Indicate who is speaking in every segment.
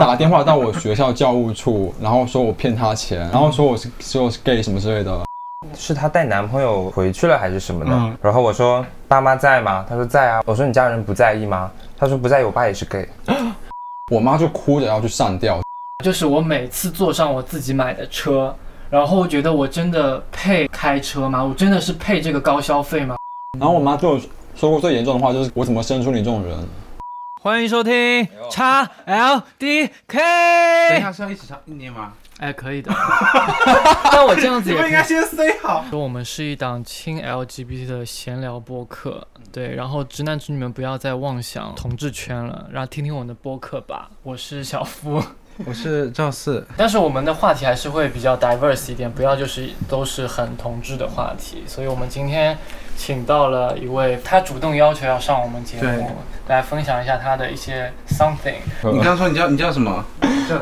Speaker 1: 打电话到我学校教务处， 然后说我骗他钱，然后说我是说我是 gay 什么之类的。
Speaker 2: 是她带男朋友回去了还是什么的？
Speaker 1: 嗯
Speaker 2: 然后我说爸妈在吗？她说在啊。我说你家人不在意吗？她说不在意，我爸也是 gay。
Speaker 1: 我妈就哭着要去上吊。
Speaker 3: 就是我每次坐上我自己买的车，然后觉得我真的配开车吗？我真的是配这个高消费吗？
Speaker 1: 然后我妈对我说过最严重的话就是我怎么生出你这种人？
Speaker 4: 欢迎收听 x L D
Speaker 5: 等一
Speaker 4: K。
Speaker 5: 下是要一起唱念吗？
Speaker 3: 哎，可 以的。但我这样子
Speaker 5: 你
Speaker 3: 也
Speaker 5: 们
Speaker 3: 可以
Speaker 5: 应该先 say 好。
Speaker 3: 说我们是一档亲 LGBT 的闲聊播客，对，然后直男直女们不要再妄想同志圈了，然后听听我们的播客吧。我是小夫，
Speaker 5: 我是赵四，
Speaker 3: 但是我们的话题还是会比较 diverse 一点，不要就是都是很同志的话题。所以我们今天请到了一位，他主动要求要上我们节
Speaker 5: 对
Speaker 3: 目，来分享一下他的一些 something。
Speaker 5: 你刚刚说你叫你叫什么？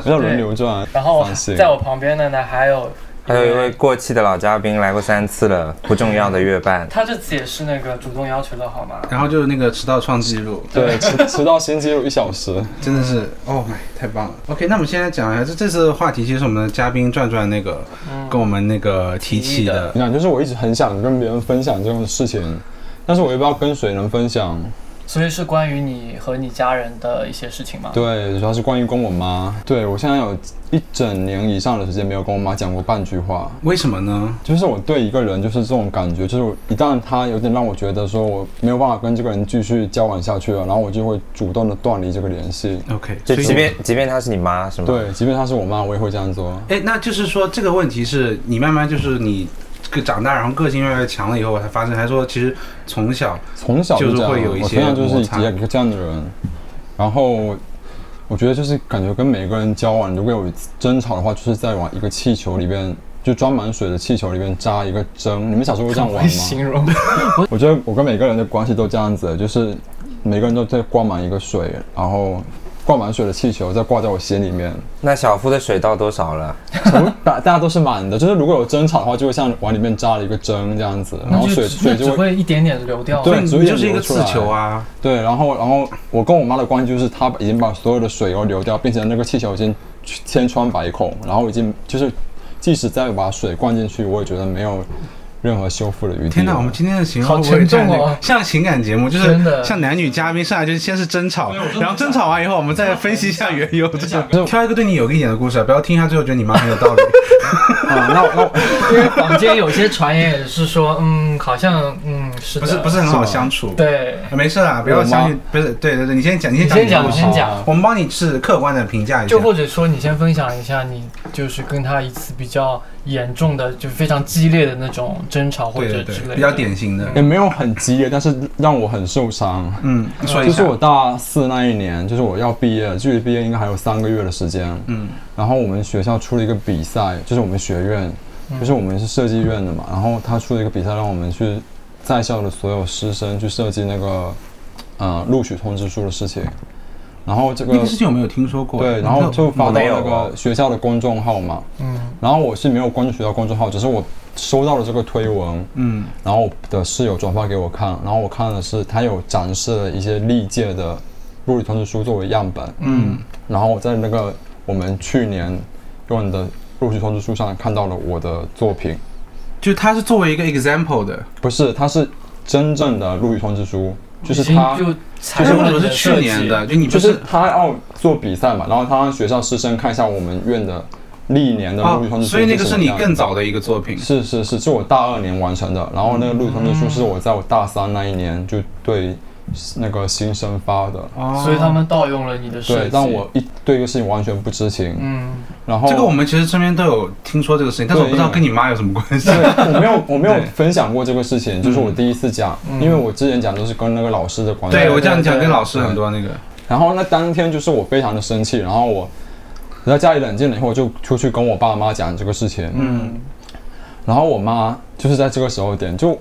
Speaker 1: 不要轮流转。
Speaker 3: 然后
Speaker 1: 放心
Speaker 3: 在我旁边的呢还有
Speaker 2: 还有一位过气的老嘉宾来过三次了，不重要的 月半。
Speaker 3: 他这次也是那个主动要求的好吗？
Speaker 5: 然后就是那个迟到创纪录，
Speaker 1: 对，迟迟到先记录一小时。
Speaker 5: 真的是哦，哎，太棒了。OK，那我们现在讲一下，这这次的话题其实是我们的嘉宾转转那个跟我们那个提起的
Speaker 1: 你，看，就是我一直很想跟别人分享这种事情，但是我又不知道跟谁能分享。
Speaker 3: 所以是关于你和你家人的一些事情吗？
Speaker 1: 对，主要是关于跟我妈。对我现在有一整年以上的时间没有跟我妈讲过半句话。
Speaker 5: 为什么呢？
Speaker 1: 就是我对一个人就是这种感觉，就是我一旦他有点让我觉得说我没有办法跟这个人继续交往下去了，然后我就会主动的断离这个联系。
Speaker 5: OK，
Speaker 2: 就
Speaker 5: 所以
Speaker 2: 即便即便她是你妈
Speaker 5: 嗯
Speaker 2: 是吗？，
Speaker 1: 对，即便她是我妈，我也会这样做。
Speaker 5: 哎，那就是说这个问题是你慢慢就是你个长大，然后个性越来越强了以后才发生，还说其实从小
Speaker 1: 从小这样，
Speaker 5: 就是会有一
Speaker 1: 我
Speaker 5: 些
Speaker 1: 从小就是
Speaker 5: 摩擦
Speaker 1: 一个这样的人。然后我觉得就是感觉跟每个人交往，如果有争吵的话，就是在往一个气球里边，就装满水的气球里边扎一个针。你们小时候会这样玩
Speaker 3: 会
Speaker 1: 吗？
Speaker 3: 形容
Speaker 1: 我觉得我跟每个人的关系都这样子，就是每个人都在灌满一个水，然后灌满水的气球再挂在我心里面，
Speaker 2: 那小夫的水到多少了？
Speaker 1: 从 大大家都是满的，就是如果有争吵的话，就会像往里面扎了一个针这样子，然后水水
Speaker 3: 那只
Speaker 1: 就会
Speaker 3: 会一点点流掉。
Speaker 1: 对
Speaker 5: 你
Speaker 1: 所以
Speaker 5: 就是一
Speaker 1: 流
Speaker 5: 个
Speaker 1: 出
Speaker 5: 刺
Speaker 1: 来
Speaker 5: 球啊。
Speaker 1: 对，然后然后我跟我妈的关系就是她已经把所有的水都流掉，并且那个气球已经千疮百孔，然后已经就是即使再把水灌进去，我也觉得没有任何修复的余地了。
Speaker 5: 天哪，我们今天的情况
Speaker 3: 啊好
Speaker 5: 会不
Speaker 3: 沉
Speaker 5: 会
Speaker 3: 重
Speaker 5: 太那个
Speaker 3: 哦
Speaker 5: 像情感节目，就
Speaker 3: 真的
Speaker 5: 是像男女嘉宾上来就是先是争吵，然后争吵完以后，我们再分析一下缘 由。就是挑一个对你有益一点的故事啊，不要听一下最后觉得你妈很有道 理。
Speaker 1: 啊，那那
Speaker 3: 因为坊间有些传言也是说，嗯，好像嗯是的
Speaker 5: 不是不是很好相处。，哎
Speaker 3: 对，
Speaker 5: 没事啦，不要
Speaker 1: 我妈
Speaker 5: 相信。不是，对对对，你先讲，你先
Speaker 3: 你
Speaker 5: 讲
Speaker 3: 先
Speaker 5: 你的
Speaker 3: 讲，
Speaker 5: 故
Speaker 3: 我
Speaker 5: 事。
Speaker 3: 先讲。
Speaker 5: 我们帮你是客观的评价一下
Speaker 3: 就。或者说，你先分享一下你就是跟他一次比较严重的，就是非常激烈的那种争吵或
Speaker 5: 对
Speaker 3: 者
Speaker 5: 对
Speaker 3: 之类
Speaker 5: 对，
Speaker 3: 的。嗯
Speaker 5: 比较典型的。
Speaker 1: 也没有很激烈，但是让我很受伤。
Speaker 5: 嗯，你说一
Speaker 1: 就
Speaker 5: 下
Speaker 1: 是。我大四那一年，就是我要毕业，距离毕业应该还有三个月的时间。
Speaker 5: 嗯，
Speaker 1: 然后我们学校出了一个比赛，就是我们学院，
Speaker 5: 嗯
Speaker 1: 就是我们是设计院的嘛，然后他出了一个比赛，让我们去在校的所有师生去设计那个呃录取通知书的事情。然后这个
Speaker 5: 那个事情我没有听说过。
Speaker 1: 对，然后就发到
Speaker 2: 没有
Speaker 1: 那
Speaker 2: 啊
Speaker 1: 个学校的公众号嘛。
Speaker 3: 嗯，
Speaker 1: 然后我是没有关注学校公众号，只是我收到了这个推文，
Speaker 5: 嗯，
Speaker 1: 然后我的室友转发给我看，然后我看的是他有展示了一些历届的录取通知书作为样本，嗯，然后我在那个我们去年用的录取通知书上看到了我的作品，
Speaker 5: 就他是作为一个 example 的，
Speaker 1: 不是，它是真正的录取通知书，就
Speaker 3: 已
Speaker 1: 是
Speaker 3: 经
Speaker 1: 他。
Speaker 3: 就
Speaker 5: 就
Speaker 3: 采
Speaker 5: 是
Speaker 3: 用
Speaker 5: 为
Speaker 3: 了
Speaker 5: 什么
Speaker 3: 你
Speaker 5: 是
Speaker 3: 的
Speaker 5: 去
Speaker 3: 设
Speaker 5: 年
Speaker 3: 计。
Speaker 5: 的？就你不
Speaker 1: 就是是他要做比赛嘛，然后他让学校师生看一下我们院的历年的录取通
Speaker 5: 哦，
Speaker 1: 知书、
Speaker 5: 所以那个是你更早的一个作品。
Speaker 1: 是是是，是我大二年完成的。然后那个录取通知书是我在我大三那一年就对那个新生发的。
Speaker 5: 哦
Speaker 3: 所以他们盗用了你的设
Speaker 1: 对
Speaker 3: 计，，
Speaker 1: 但我一对这个事情完全不知情。
Speaker 3: 嗯，
Speaker 1: 然后
Speaker 5: 这个我们其实身边都有听说这个事情，但是我不知道
Speaker 1: 对
Speaker 5: 跟你妈有什么关 系。
Speaker 1: 对我没有我没有
Speaker 5: 对嗯
Speaker 1: 分享过这个事情，就是我第一次讲，因为我之前讲都是跟那个老师的关系。
Speaker 5: 对我这样讲
Speaker 3: 对
Speaker 5: 跟老师很多那个，
Speaker 1: 然后那当天就是我非常的生气，然后我在家里冷静了以后，我就出去跟我爸妈讲这个事情。嗯，然后我妈就是在这个时候点，就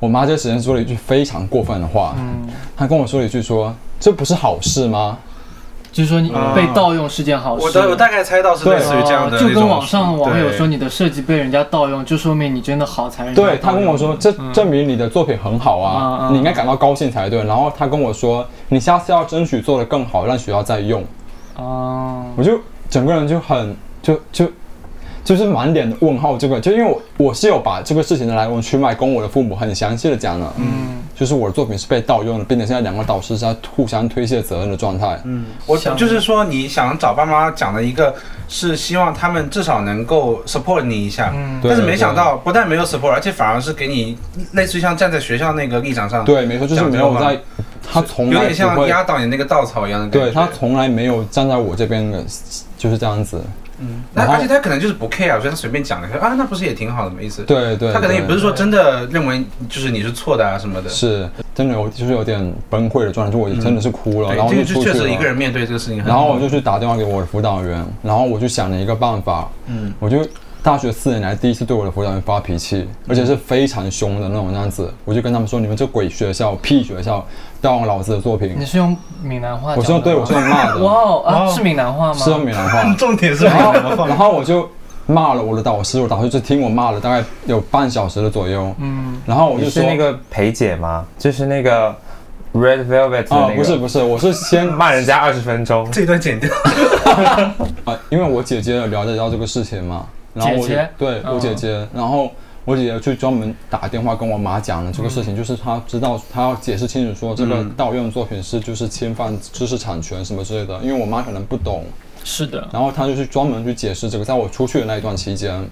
Speaker 1: 我妈这时间说了一句非常过分的话，嗯，她跟我说了一句说。这不是好事吗？
Speaker 3: 就是说你
Speaker 5: 啊
Speaker 3: 被盗用是件好事。
Speaker 5: 概猜到是
Speaker 1: 类似
Speaker 3: 哦就跟网上网友说你的设计被人家盗用，就说明你真的好
Speaker 5: 嗯
Speaker 3: 才人家盗
Speaker 1: 对
Speaker 3: 用。
Speaker 1: 她跟我说，这证明你的作品很好
Speaker 3: 嗯
Speaker 1: 啊，
Speaker 3: 嗯
Speaker 1: 你应该感到高兴才对。然后她跟我说，你下次要争取做得更好，让学校再用。
Speaker 3: 哦，
Speaker 1: 我就整个人就很就就就是满脸的问号。这个就因为我我是有把这个事情的来龙去脉跟我的父母很详细的讲了，嗯，就是我的作品是被盗用的，并且现在两个导师是在互相推卸责任的状态，嗯，
Speaker 5: 我就是说，你想找爸妈讲的一个是希望他们至少能够 support 你一下，
Speaker 3: 嗯
Speaker 5: 但是没想到不但没有 support，而且反而是给你类似于像站在学校那个立场上，，
Speaker 1: 对，没错，就是没有
Speaker 5: 讲这个
Speaker 1: 在，他从
Speaker 5: 有
Speaker 1: 来
Speaker 5: 点
Speaker 1: 不
Speaker 5: 像
Speaker 1: 会，
Speaker 5: 压倒你那个稻草一样的感觉。
Speaker 1: 对他从来没有站在我这边的，就是这样子，
Speaker 5: 那
Speaker 1: 然后
Speaker 5: 而且他可能就是不 care，所以他随便讲了一下啊，那不是也挺好的吗？意思，
Speaker 1: 对对，
Speaker 5: 他可能也
Speaker 1: 对
Speaker 5: 不是说真的认为就是你是错的啊什么的。
Speaker 1: 是真的有就是有点崩溃的状态，就我真的是哭了，
Speaker 5: 对
Speaker 1: 然，后就
Speaker 5: 这个就
Speaker 1: 出去
Speaker 5: 确实
Speaker 1: 了
Speaker 5: 一个人面对这个事情很，
Speaker 1: 然后我就去打电话给我的辅导员，然后我就想了一个办法，
Speaker 5: 嗯
Speaker 1: 我就大学四年来第一次对我的辅导员发脾气，而且是非常凶的那种样子，我就跟他们说：“你们这鬼学校、屁学校，盗用老子的作品
Speaker 3: 你。是用闽南话讲的吗？
Speaker 1: 我是用对我是用骂的
Speaker 3: 哇哦，啊
Speaker 5: 哇哦，
Speaker 3: 是闽南话吗？”
Speaker 1: 是用闽南话
Speaker 5: 重点是没有什么
Speaker 1: 然后我就骂了我的导师，我导师就听我骂了大概有半小时的左右，
Speaker 3: 嗯，
Speaker 1: 然后我
Speaker 2: 你
Speaker 1: 就是说：“
Speaker 2: 那个裴姐吗？就是那个 Red Velvet 的那
Speaker 1: 啊、
Speaker 2: 个，
Speaker 1: 不是不是，我是先
Speaker 2: 骂人家二十分钟，
Speaker 5: 这一 段剪掉。
Speaker 1: 啊，因为我姐姐有了解到这个事情嘛，然后我就
Speaker 3: 姐姐
Speaker 1: 对我姐姐，然后我姐姐就专门打电话跟我妈讲了这个事情，就是她知道她要解释清楚说这个盗用作品是就是侵犯知识产权什么之类的，因为我妈可能不懂，
Speaker 3: 是的。
Speaker 1: 然后她就去专门去解释这个，在我出去的那一段期间，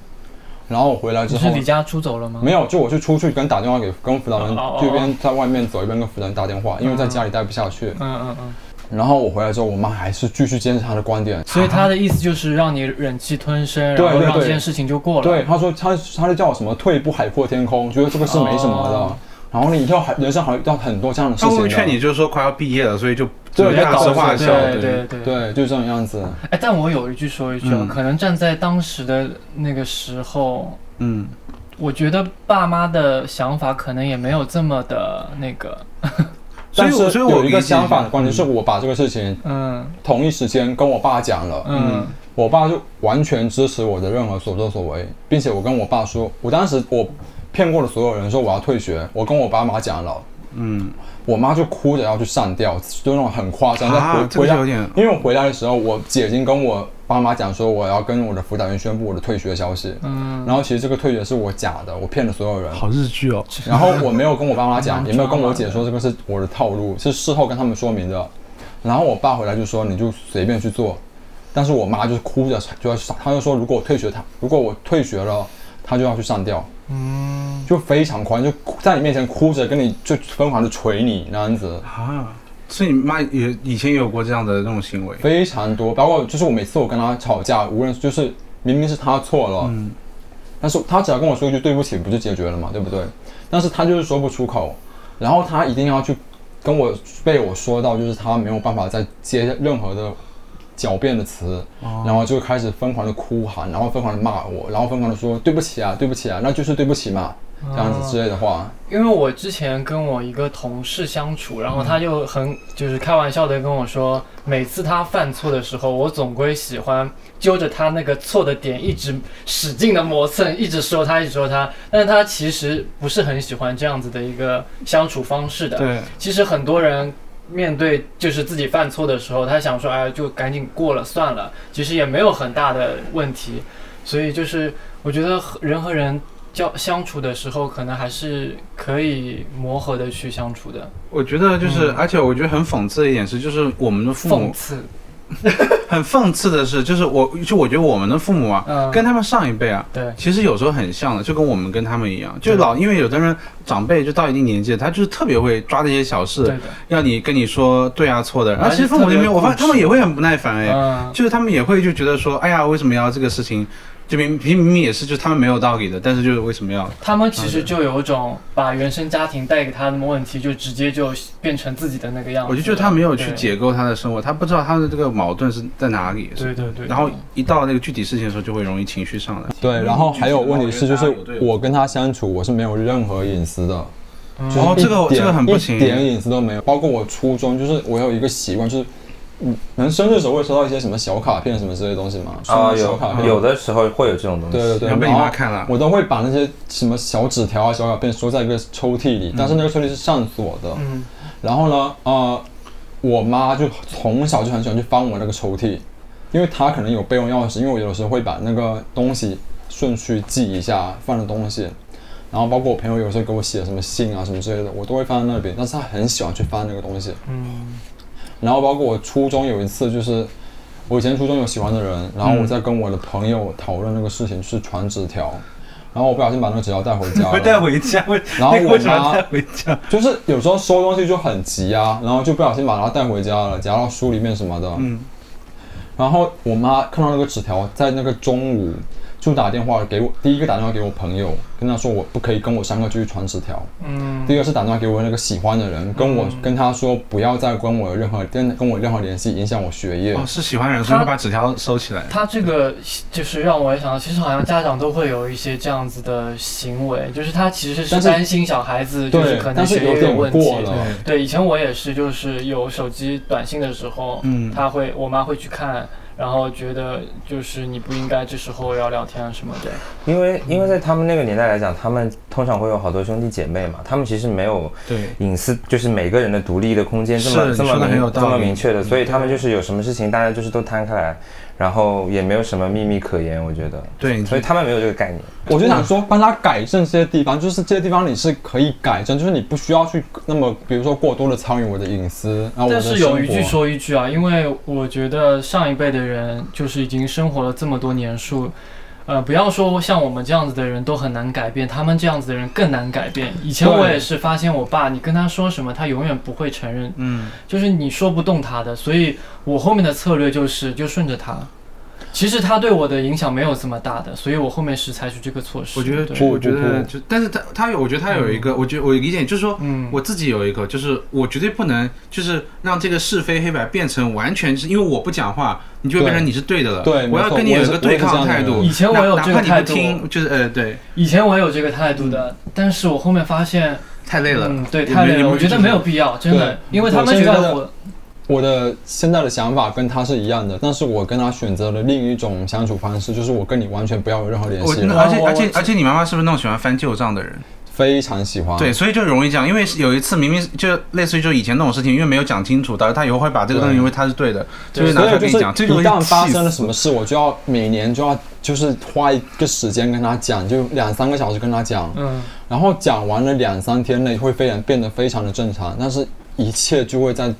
Speaker 1: 然后我回来之
Speaker 3: 你
Speaker 1: 后
Speaker 3: 是。离家出走了吗？
Speaker 1: 没有，就我去出去跟打电话给跟辅导员
Speaker 3: 哦哦哦，
Speaker 1: 就一边在外面走一边跟辅导员打电话，因为在家里待不下去。
Speaker 3: 嗯嗯嗯。
Speaker 1: 然后我回来之后，我妈还是继续坚持她的观点，
Speaker 3: 所以他的意思就是让你忍气吞声，
Speaker 1: 对
Speaker 3: 然后
Speaker 1: 对
Speaker 3: 让
Speaker 1: 对
Speaker 3: 这件事情就过了。
Speaker 1: 对，他说他他就叫我什么退一步海阔天空，觉得这个是没什么的。
Speaker 3: 哦
Speaker 1: 然后你以后还人生还会遇到很多这样的事
Speaker 5: 他会
Speaker 1: 情
Speaker 5: 不
Speaker 1: 的。
Speaker 5: 会劝你，就是说快要毕业了，所以就
Speaker 1: 啊对
Speaker 5: 就大
Speaker 1: 要
Speaker 5: 事
Speaker 1: 搞
Speaker 5: 化
Speaker 1: 事
Speaker 5: 小，
Speaker 3: 对对对。
Speaker 1: 对，就这种样子。
Speaker 3: 哎，但我有一句说一句啊，
Speaker 5: 嗯
Speaker 3: 可能站在当时的那个时候，
Speaker 5: 嗯，
Speaker 3: 我觉得爸妈的想法可能也没有这么的那个，
Speaker 5: 所以
Speaker 1: 但
Speaker 5: 我
Speaker 1: 是
Speaker 5: 所以我
Speaker 1: 有
Speaker 5: 理
Speaker 1: 一
Speaker 5: 解嗯
Speaker 1: 个
Speaker 5: 一下
Speaker 1: 相反的观点，是我把这个事情
Speaker 3: 嗯
Speaker 1: 同一时间跟我爸讲了，
Speaker 3: 嗯
Speaker 1: 我爸就完全支持我的任何所作所为，并且我跟我爸说，我当时我骗过的所有人说我要退学，我跟我爸妈讲了，
Speaker 5: 嗯，
Speaker 1: 我妈就哭着要去上吊，就那种很夸张。在
Speaker 5: 啊这
Speaker 1: 回回
Speaker 5: 个是
Speaker 1: 来
Speaker 5: 有点
Speaker 1: 因为我回来的时候，我姐已经跟我爸妈讲说，我要跟我的辅导员宣布我的退学消息。
Speaker 3: 嗯，
Speaker 1: 然后其实这个退学是我假的，我骗了所有人。
Speaker 5: 好日剧哦，
Speaker 1: 然后我没有跟我爸妈讲，
Speaker 3: 蛮
Speaker 1: 也没有跟我
Speaker 3: 抓
Speaker 1: 姐说这个是我的套路，是事后跟他们说明的。然后我爸回来就说你就随便去做，但是我妈就是哭着就要上，她就说如果我退学，她如果我退学了，她就要去上吊。嗯，就非常狂，就哭在你面前哭着跟你就疯狂的捶你那样子，
Speaker 5: 啊，所以你妈也以前也有过这样的那种行为，
Speaker 1: 非常多。包括就是我每次我跟她吵架，无论就是明明是她错了，
Speaker 5: 嗯
Speaker 1: 但是她只要跟我说一句对不起，不就解决了嘛，对不对？但是她就是说不出口，然后她一定要去跟我被我说到，就是她没有办法再接任何的狡辩的词，然后就开始疯狂的哭喊，然后疯狂的骂我，然后疯狂的说对不起啊，对不起啊，那就是对不起嘛，这样
Speaker 3: 嗯
Speaker 1: 子之类的话，
Speaker 3: 因为我之前跟我一个同事相处，然后他就很就是开玩笑的跟我说，每次他犯错的时候，我总归喜欢揪着他那个错的点，一直使劲的磨蹭，一直说他，一直说他。但是他其实不是很喜欢这样子的一个相处方式的。
Speaker 5: 对，
Speaker 3: 其实很多人面对就是自己犯错的时候，他想说，哎，就赶紧过了算了，其实也没有很大的问题。所以就是我觉得和人和人交相处的时候，可能还是呃可以磨合的去相处的。
Speaker 5: 我觉得就是，
Speaker 1: 嗯
Speaker 5: 而且我觉得很讽刺的一点是，就是我们的父
Speaker 3: 讽
Speaker 5: 母
Speaker 3: 刺，
Speaker 5: 很讽刺的是，就是我就我觉得我们的父母啊，
Speaker 3: 嗯，
Speaker 5: 跟他们上一辈啊。
Speaker 3: 对，
Speaker 5: 其实有时候很像的，就跟我们跟他们一样，就
Speaker 3: 对
Speaker 5: 老因为有的人长辈就到一定年纪了，他就是特别会抓这些小事，
Speaker 3: 对的，
Speaker 5: 要你跟你说对啊错的，然后
Speaker 3: 而
Speaker 5: 其
Speaker 3: 且
Speaker 5: 实父母那
Speaker 3: 特别
Speaker 5: 边我发现
Speaker 3: 固
Speaker 5: 他们也会很不耐烦哎，
Speaker 3: 嗯，
Speaker 5: 就是他们也会就觉得说，哎呀为什么要这个事情，就明明明明也是就他们没有道理的，但是就是为什么要，
Speaker 3: 他们其实就有一种把原生家庭带给他的问题，就直接就变成自己的那个样子了。
Speaker 5: 我就觉得他没有去
Speaker 3: 对，
Speaker 5: 解构他的生活，他不知道他的这个矛盾是在哪里，
Speaker 3: 对对对，
Speaker 5: 然后一到那个具体事情的时候就会容易情绪上来，
Speaker 1: 对。然后还有问题是，就是
Speaker 5: 我觉得大家有对
Speaker 1: 我跟她相处，我是没有任何隐私的。
Speaker 3: 嗯
Speaker 1: 就是
Speaker 5: 哦这个
Speaker 1: 一点
Speaker 5: 这个很不行
Speaker 1: 一点隐私都没有。包括我初中，就是我有一个习惯，就是嗯，能生日的时候会收到一些什么小卡片什么之类的东西嘛，
Speaker 2: 啊、
Speaker 1: 生日小
Speaker 2: 有
Speaker 1: 卡片，
Speaker 2: 有的时候会有这种东西，
Speaker 1: 对对对，
Speaker 5: 然后被你
Speaker 1: 然
Speaker 5: 妈
Speaker 1: 后
Speaker 5: 看了
Speaker 1: 我都会把那些什么小纸条啊、小卡片收在一个抽屉里，但是那个抽屉是上锁的。
Speaker 3: 嗯，
Speaker 1: 然后呢，呃，我妈就从小就很喜欢去翻我那个抽屉，因为她可能有备用钥匙，因为我有的时候会把那个东西顺序记一下放的东西，然后包括我朋友有时候给我写什么信啊什么之类的，我都会放在那边。但是她很喜欢去翻那个东西，
Speaker 3: 嗯，
Speaker 1: 然后包括我初中有一次，就是我以前初中有喜欢的人，然后我在跟我的朋友讨论那个事情，就是传纸条，然后我不小心把那个纸条带回家
Speaker 5: 会
Speaker 1: 了，
Speaker 5: 带回家，为
Speaker 1: 然后
Speaker 5: 那个为什么
Speaker 1: 我妈
Speaker 5: 要带回家？
Speaker 1: 就是有时候收东西就很急啊，然后就不小心把它带回家了，夹到书里面什么的。
Speaker 5: 嗯，
Speaker 1: 然后我妈看到那个纸条，在那个中午就打电话给我，第一个打电话给我朋友，跟他说我不可以跟我上课继续传纸条。
Speaker 3: 嗯哦
Speaker 1: 第，二个是打电话给我那个喜欢的人，跟我、跟他说不要再跟我有任何跟跟我任何联系，影响我学业。
Speaker 5: 哦，是喜欢人，所以会把纸条收起来。
Speaker 3: 他这个就是让我也想到，其实好像家长都会有一些这样子的行为，就是他其实是
Speaker 1: 但是
Speaker 3: 担心小孩子就是
Speaker 1: 对
Speaker 3: 可，能
Speaker 1: 但
Speaker 3: 学
Speaker 1: 是有
Speaker 3: 业有
Speaker 1: 点
Speaker 3: 问题
Speaker 1: 过。了。
Speaker 3: 对，以前我也是，就是有手机短信的时候，
Speaker 5: 嗯
Speaker 3: 他会我妈会去看，然后觉得就是你不应该这时候要聊天啊什么的。
Speaker 2: 因为因为在他们那个年代来讲，他们通常会有好多兄弟姐妹嘛，他们其实没有
Speaker 5: 对，
Speaker 2: 隐私，就是每个人的独立的空间这么
Speaker 5: 是
Speaker 2: 这么
Speaker 5: 你说得很有
Speaker 2: 明这
Speaker 5: 道理
Speaker 2: 么明确的，所以他们就是有什么事情，大家就是都摊开来，然后也没有什么秘密可言，我觉得，
Speaker 5: 对
Speaker 2: 所以他们没有这个概念。
Speaker 5: 嗯
Speaker 1: 我就想说，帮他改正这些地方，就是这些地方你是可以改正，就是你不需要去那么，比如说过多的参与我的隐私，啊然后我
Speaker 3: 但
Speaker 1: 的生活。
Speaker 3: 是有一句说一句啊，因为我觉得上一辈的人就是已经生活了这么多年数，呃，不要说像我们这样子的人都很难改变，他们这样子的人更难改变。以前
Speaker 1: 对
Speaker 3: 我也是发现我爸，你跟他说什么，他永远不会承认，
Speaker 5: 嗯，
Speaker 3: 就是你说不动他的。所以我后面的策略就是就顺着他。其实他对我的影响没有这么大的，所以我后面是采取这个措施。
Speaker 5: 我觉
Speaker 3: 对
Speaker 5: 得，我觉得
Speaker 1: 不不
Speaker 5: 就，但是他他有，我觉得他有一个，我觉得我理解，就是说
Speaker 3: 嗯，
Speaker 5: 我自己有一个，就是我绝对不能，就是让这个是非黑白变成完全是因为我不讲话，你就会变成你是对的了。
Speaker 1: 对
Speaker 5: 我要
Speaker 1: 没错
Speaker 5: 跟你有一
Speaker 1: 我也是
Speaker 5: 个
Speaker 1: 我
Speaker 5: 对
Speaker 1: 也是这
Speaker 5: 抗
Speaker 1: 样的
Speaker 5: 态度。
Speaker 1: 人
Speaker 3: 以前我有
Speaker 5: 哪
Speaker 3: 这
Speaker 5: 哪
Speaker 3: 个
Speaker 5: 怕
Speaker 3: 态
Speaker 5: 你不
Speaker 3: 度，
Speaker 5: 听，就是呃，对，
Speaker 3: 以前我有这个态度的，
Speaker 1: 嗯
Speaker 3: 但是我后面发现。
Speaker 5: 太累了。
Speaker 3: 嗯，对，
Speaker 5: 也
Speaker 3: 太
Speaker 5: 没
Speaker 3: 累
Speaker 5: 也
Speaker 3: 了，
Speaker 5: 没
Speaker 3: 我觉
Speaker 5: 这
Speaker 3: 得
Speaker 5: 种
Speaker 3: 没有必要，真的
Speaker 1: 对，
Speaker 3: 因为他
Speaker 1: 我
Speaker 3: 们
Speaker 1: 现
Speaker 3: 觉
Speaker 1: 在
Speaker 3: 得
Speaker 1: 的
Speaker 3: 我，
Speaker 1: 我的现在的想法跟他是一样的，但是我跟他选择了另一种相处方式，就是我跟你完全不要有任何联
Speaker 5: 我
Speaker 1: 系
Speaker 5: 哦那
Speaker 1: 了，
Speaker 5: 而且
Speaker 3: 我
Speaker 5: 而且
Speaker 3: 我
Speaker 5: 而且你妈妈是不是那种喜欢翻旧账的人？
Speaker 1: 非常喜欢。
Speaker 5: 对，所以就容易这样，因为有一次明明就类似于就以前那种事情，因为没有讲清楚，导致他以后会把这个东西
Speaker 1: 对
Speaker 5: 认为他是对的，就
Speaker 3: 对
Speaker 5: 会拿
Speaker 1: 所
Speaker 5: 出来
Speaker 1: 以就
Speaker 5: 跟
Speaker 1: 是
Speaker 5: 你讲。这个
Speaker 1: 一
Speaker 5: 东
Speaker 1: 旦
Speaker 5: 西
Speaker 1: 发
Speaker 5: 气
Speaker 1: 生了
Speaker 5: 死
Speaker 1: 什么事，我就要每年就要就是花一个时间跟他讲，就两三个小时跟他讲，
Speaker 3: 嗯，
Speaker 1: 然后讲完了两三天内会非常变得非常的正常，但是一切就会在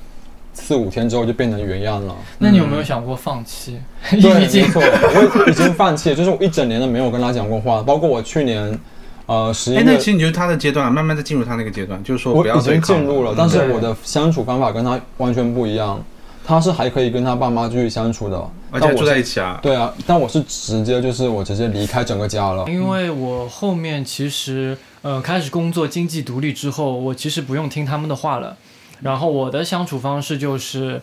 Speaker 1: 四五天之后就变成原样 了。
Speaker 3: 那你有没有想过放 弃？
Speaker 1: 对，
Speaker 3: 已
Speaker 1: 没
Speaker 3: 经
Speaker 1: 错，我已经放弃了，就是我一整年都没有跟他讲过话，包括我去年，呃，十一
Speaker 5: 哎，
Speaker 1: 月
Speaker 5: 那其实你就是他的阶段，慢慢的进入他那个阶段，就是说
Speaker 1: 我
Speaker 5: 不要
Speaker 1: 已
Speaker 5: 对
Speaker 1: 经
Speaker 5: 抗
Speaker 1: 进入了，
Speaker 5: 嗯
Speaker 1: 但是
Speaker 3: 对
Speaker 1: 我的相处方法跟他完全不一样。他是还可以跟他爸妈继续相处的，
Speaker 5: 而且
Speaker 1: 但
Speaker 5: 还
Speaker 1: 我是
Speaker 5: 住在一起啊。
Speaker 1: 对啊，但我是直接就是我直接离开整个家了。
Speaker 3: 因为我后面其实呃开始工作、经济独立之后，我其实不用听他们的话了。然后我的相处方式就是，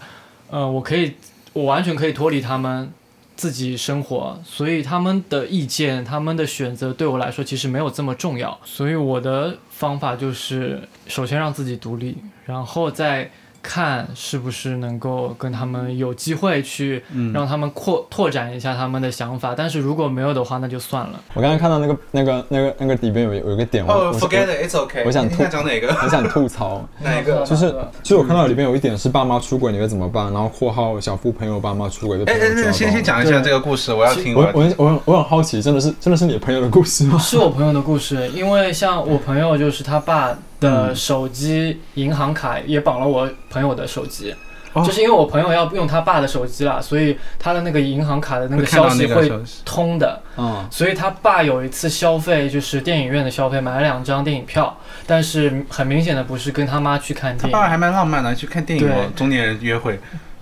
Speaker 3: 呃，我可以，我完全可以脱离他们，自己生活。所以他们的意见、他们的选择对我来说其实没有这么重要。所以我的方法就是，首先让自己独立，然后再。看是不是能够跟他们有机会去让他们扩拓展一下他们的想法，但是如果没有的话，那就算了。
Speaker 1: 我刚才看到那个那个那个那个里边有有一个点，我
Speaker 5: 哦
Speaker 1: 我
Speaker 5: ，forget it，it's okay。
Speaker 1: 我想
Speaker 5: 你
Speaker 1: 吐
Speaker 5: 想讲哪个？
Speaker 1: 我想吐槽，
Speaker 5: 哪一个？
Speaker 1: 就是就是我看到里边有一点是爸妈出轨你会怎么办，然后括号小付朋友爸妈出轨被
Speaker 5: 哎
Speaker 1: 朋
Speaker 5: 哎，
Speaker 1: 友抓
Speaker 5: 那
Speaker 1: 包。
Speaker 5: 先先讲一下
Speaker 3: 对
Speaker 5: 这个故事，我要听。
Speaker 1: 我
Speaker 5: 我要听
Speaker 1: 我很我很我很好奇，真的是真的是你朋友的故事 吗？
Speaker 3: 是我朋友的故事，因为像我朋友就是他爸
Speaker 5: 嗯
Speaker 3: 的手机银行卡也绑了我朋友的手机，
Speaker 5: 哦
Speaker 3: 就是因为我朋友要用他爸的手机啦，所以他的那个银行卡的那
Speaker 5: 会
Speaker 3: 个
Speaker 5: 看
Speaker 3: 消
Speaker 5: 到那
Speaker 3: 息
Speaker 5: 个
Speaker 3: 会
Speaker 5: 消息。
Speaker 3: 通的。
Speaker 5: 嗯
Speaker 1: 啊，
Speaker 3: 所以他爸有一次消费，就是电影院的消费，买了两张电影票，但是很明显的不是跟他妈去看
Speaker 5: 他
Speaker 3: 电
Speaker 5: 爸
Speaker 3: 影，
Speaker 5: 还蛮浪漫的，去看电影
Speaker 3: 对
Speaker 5: 哦，中年人约会，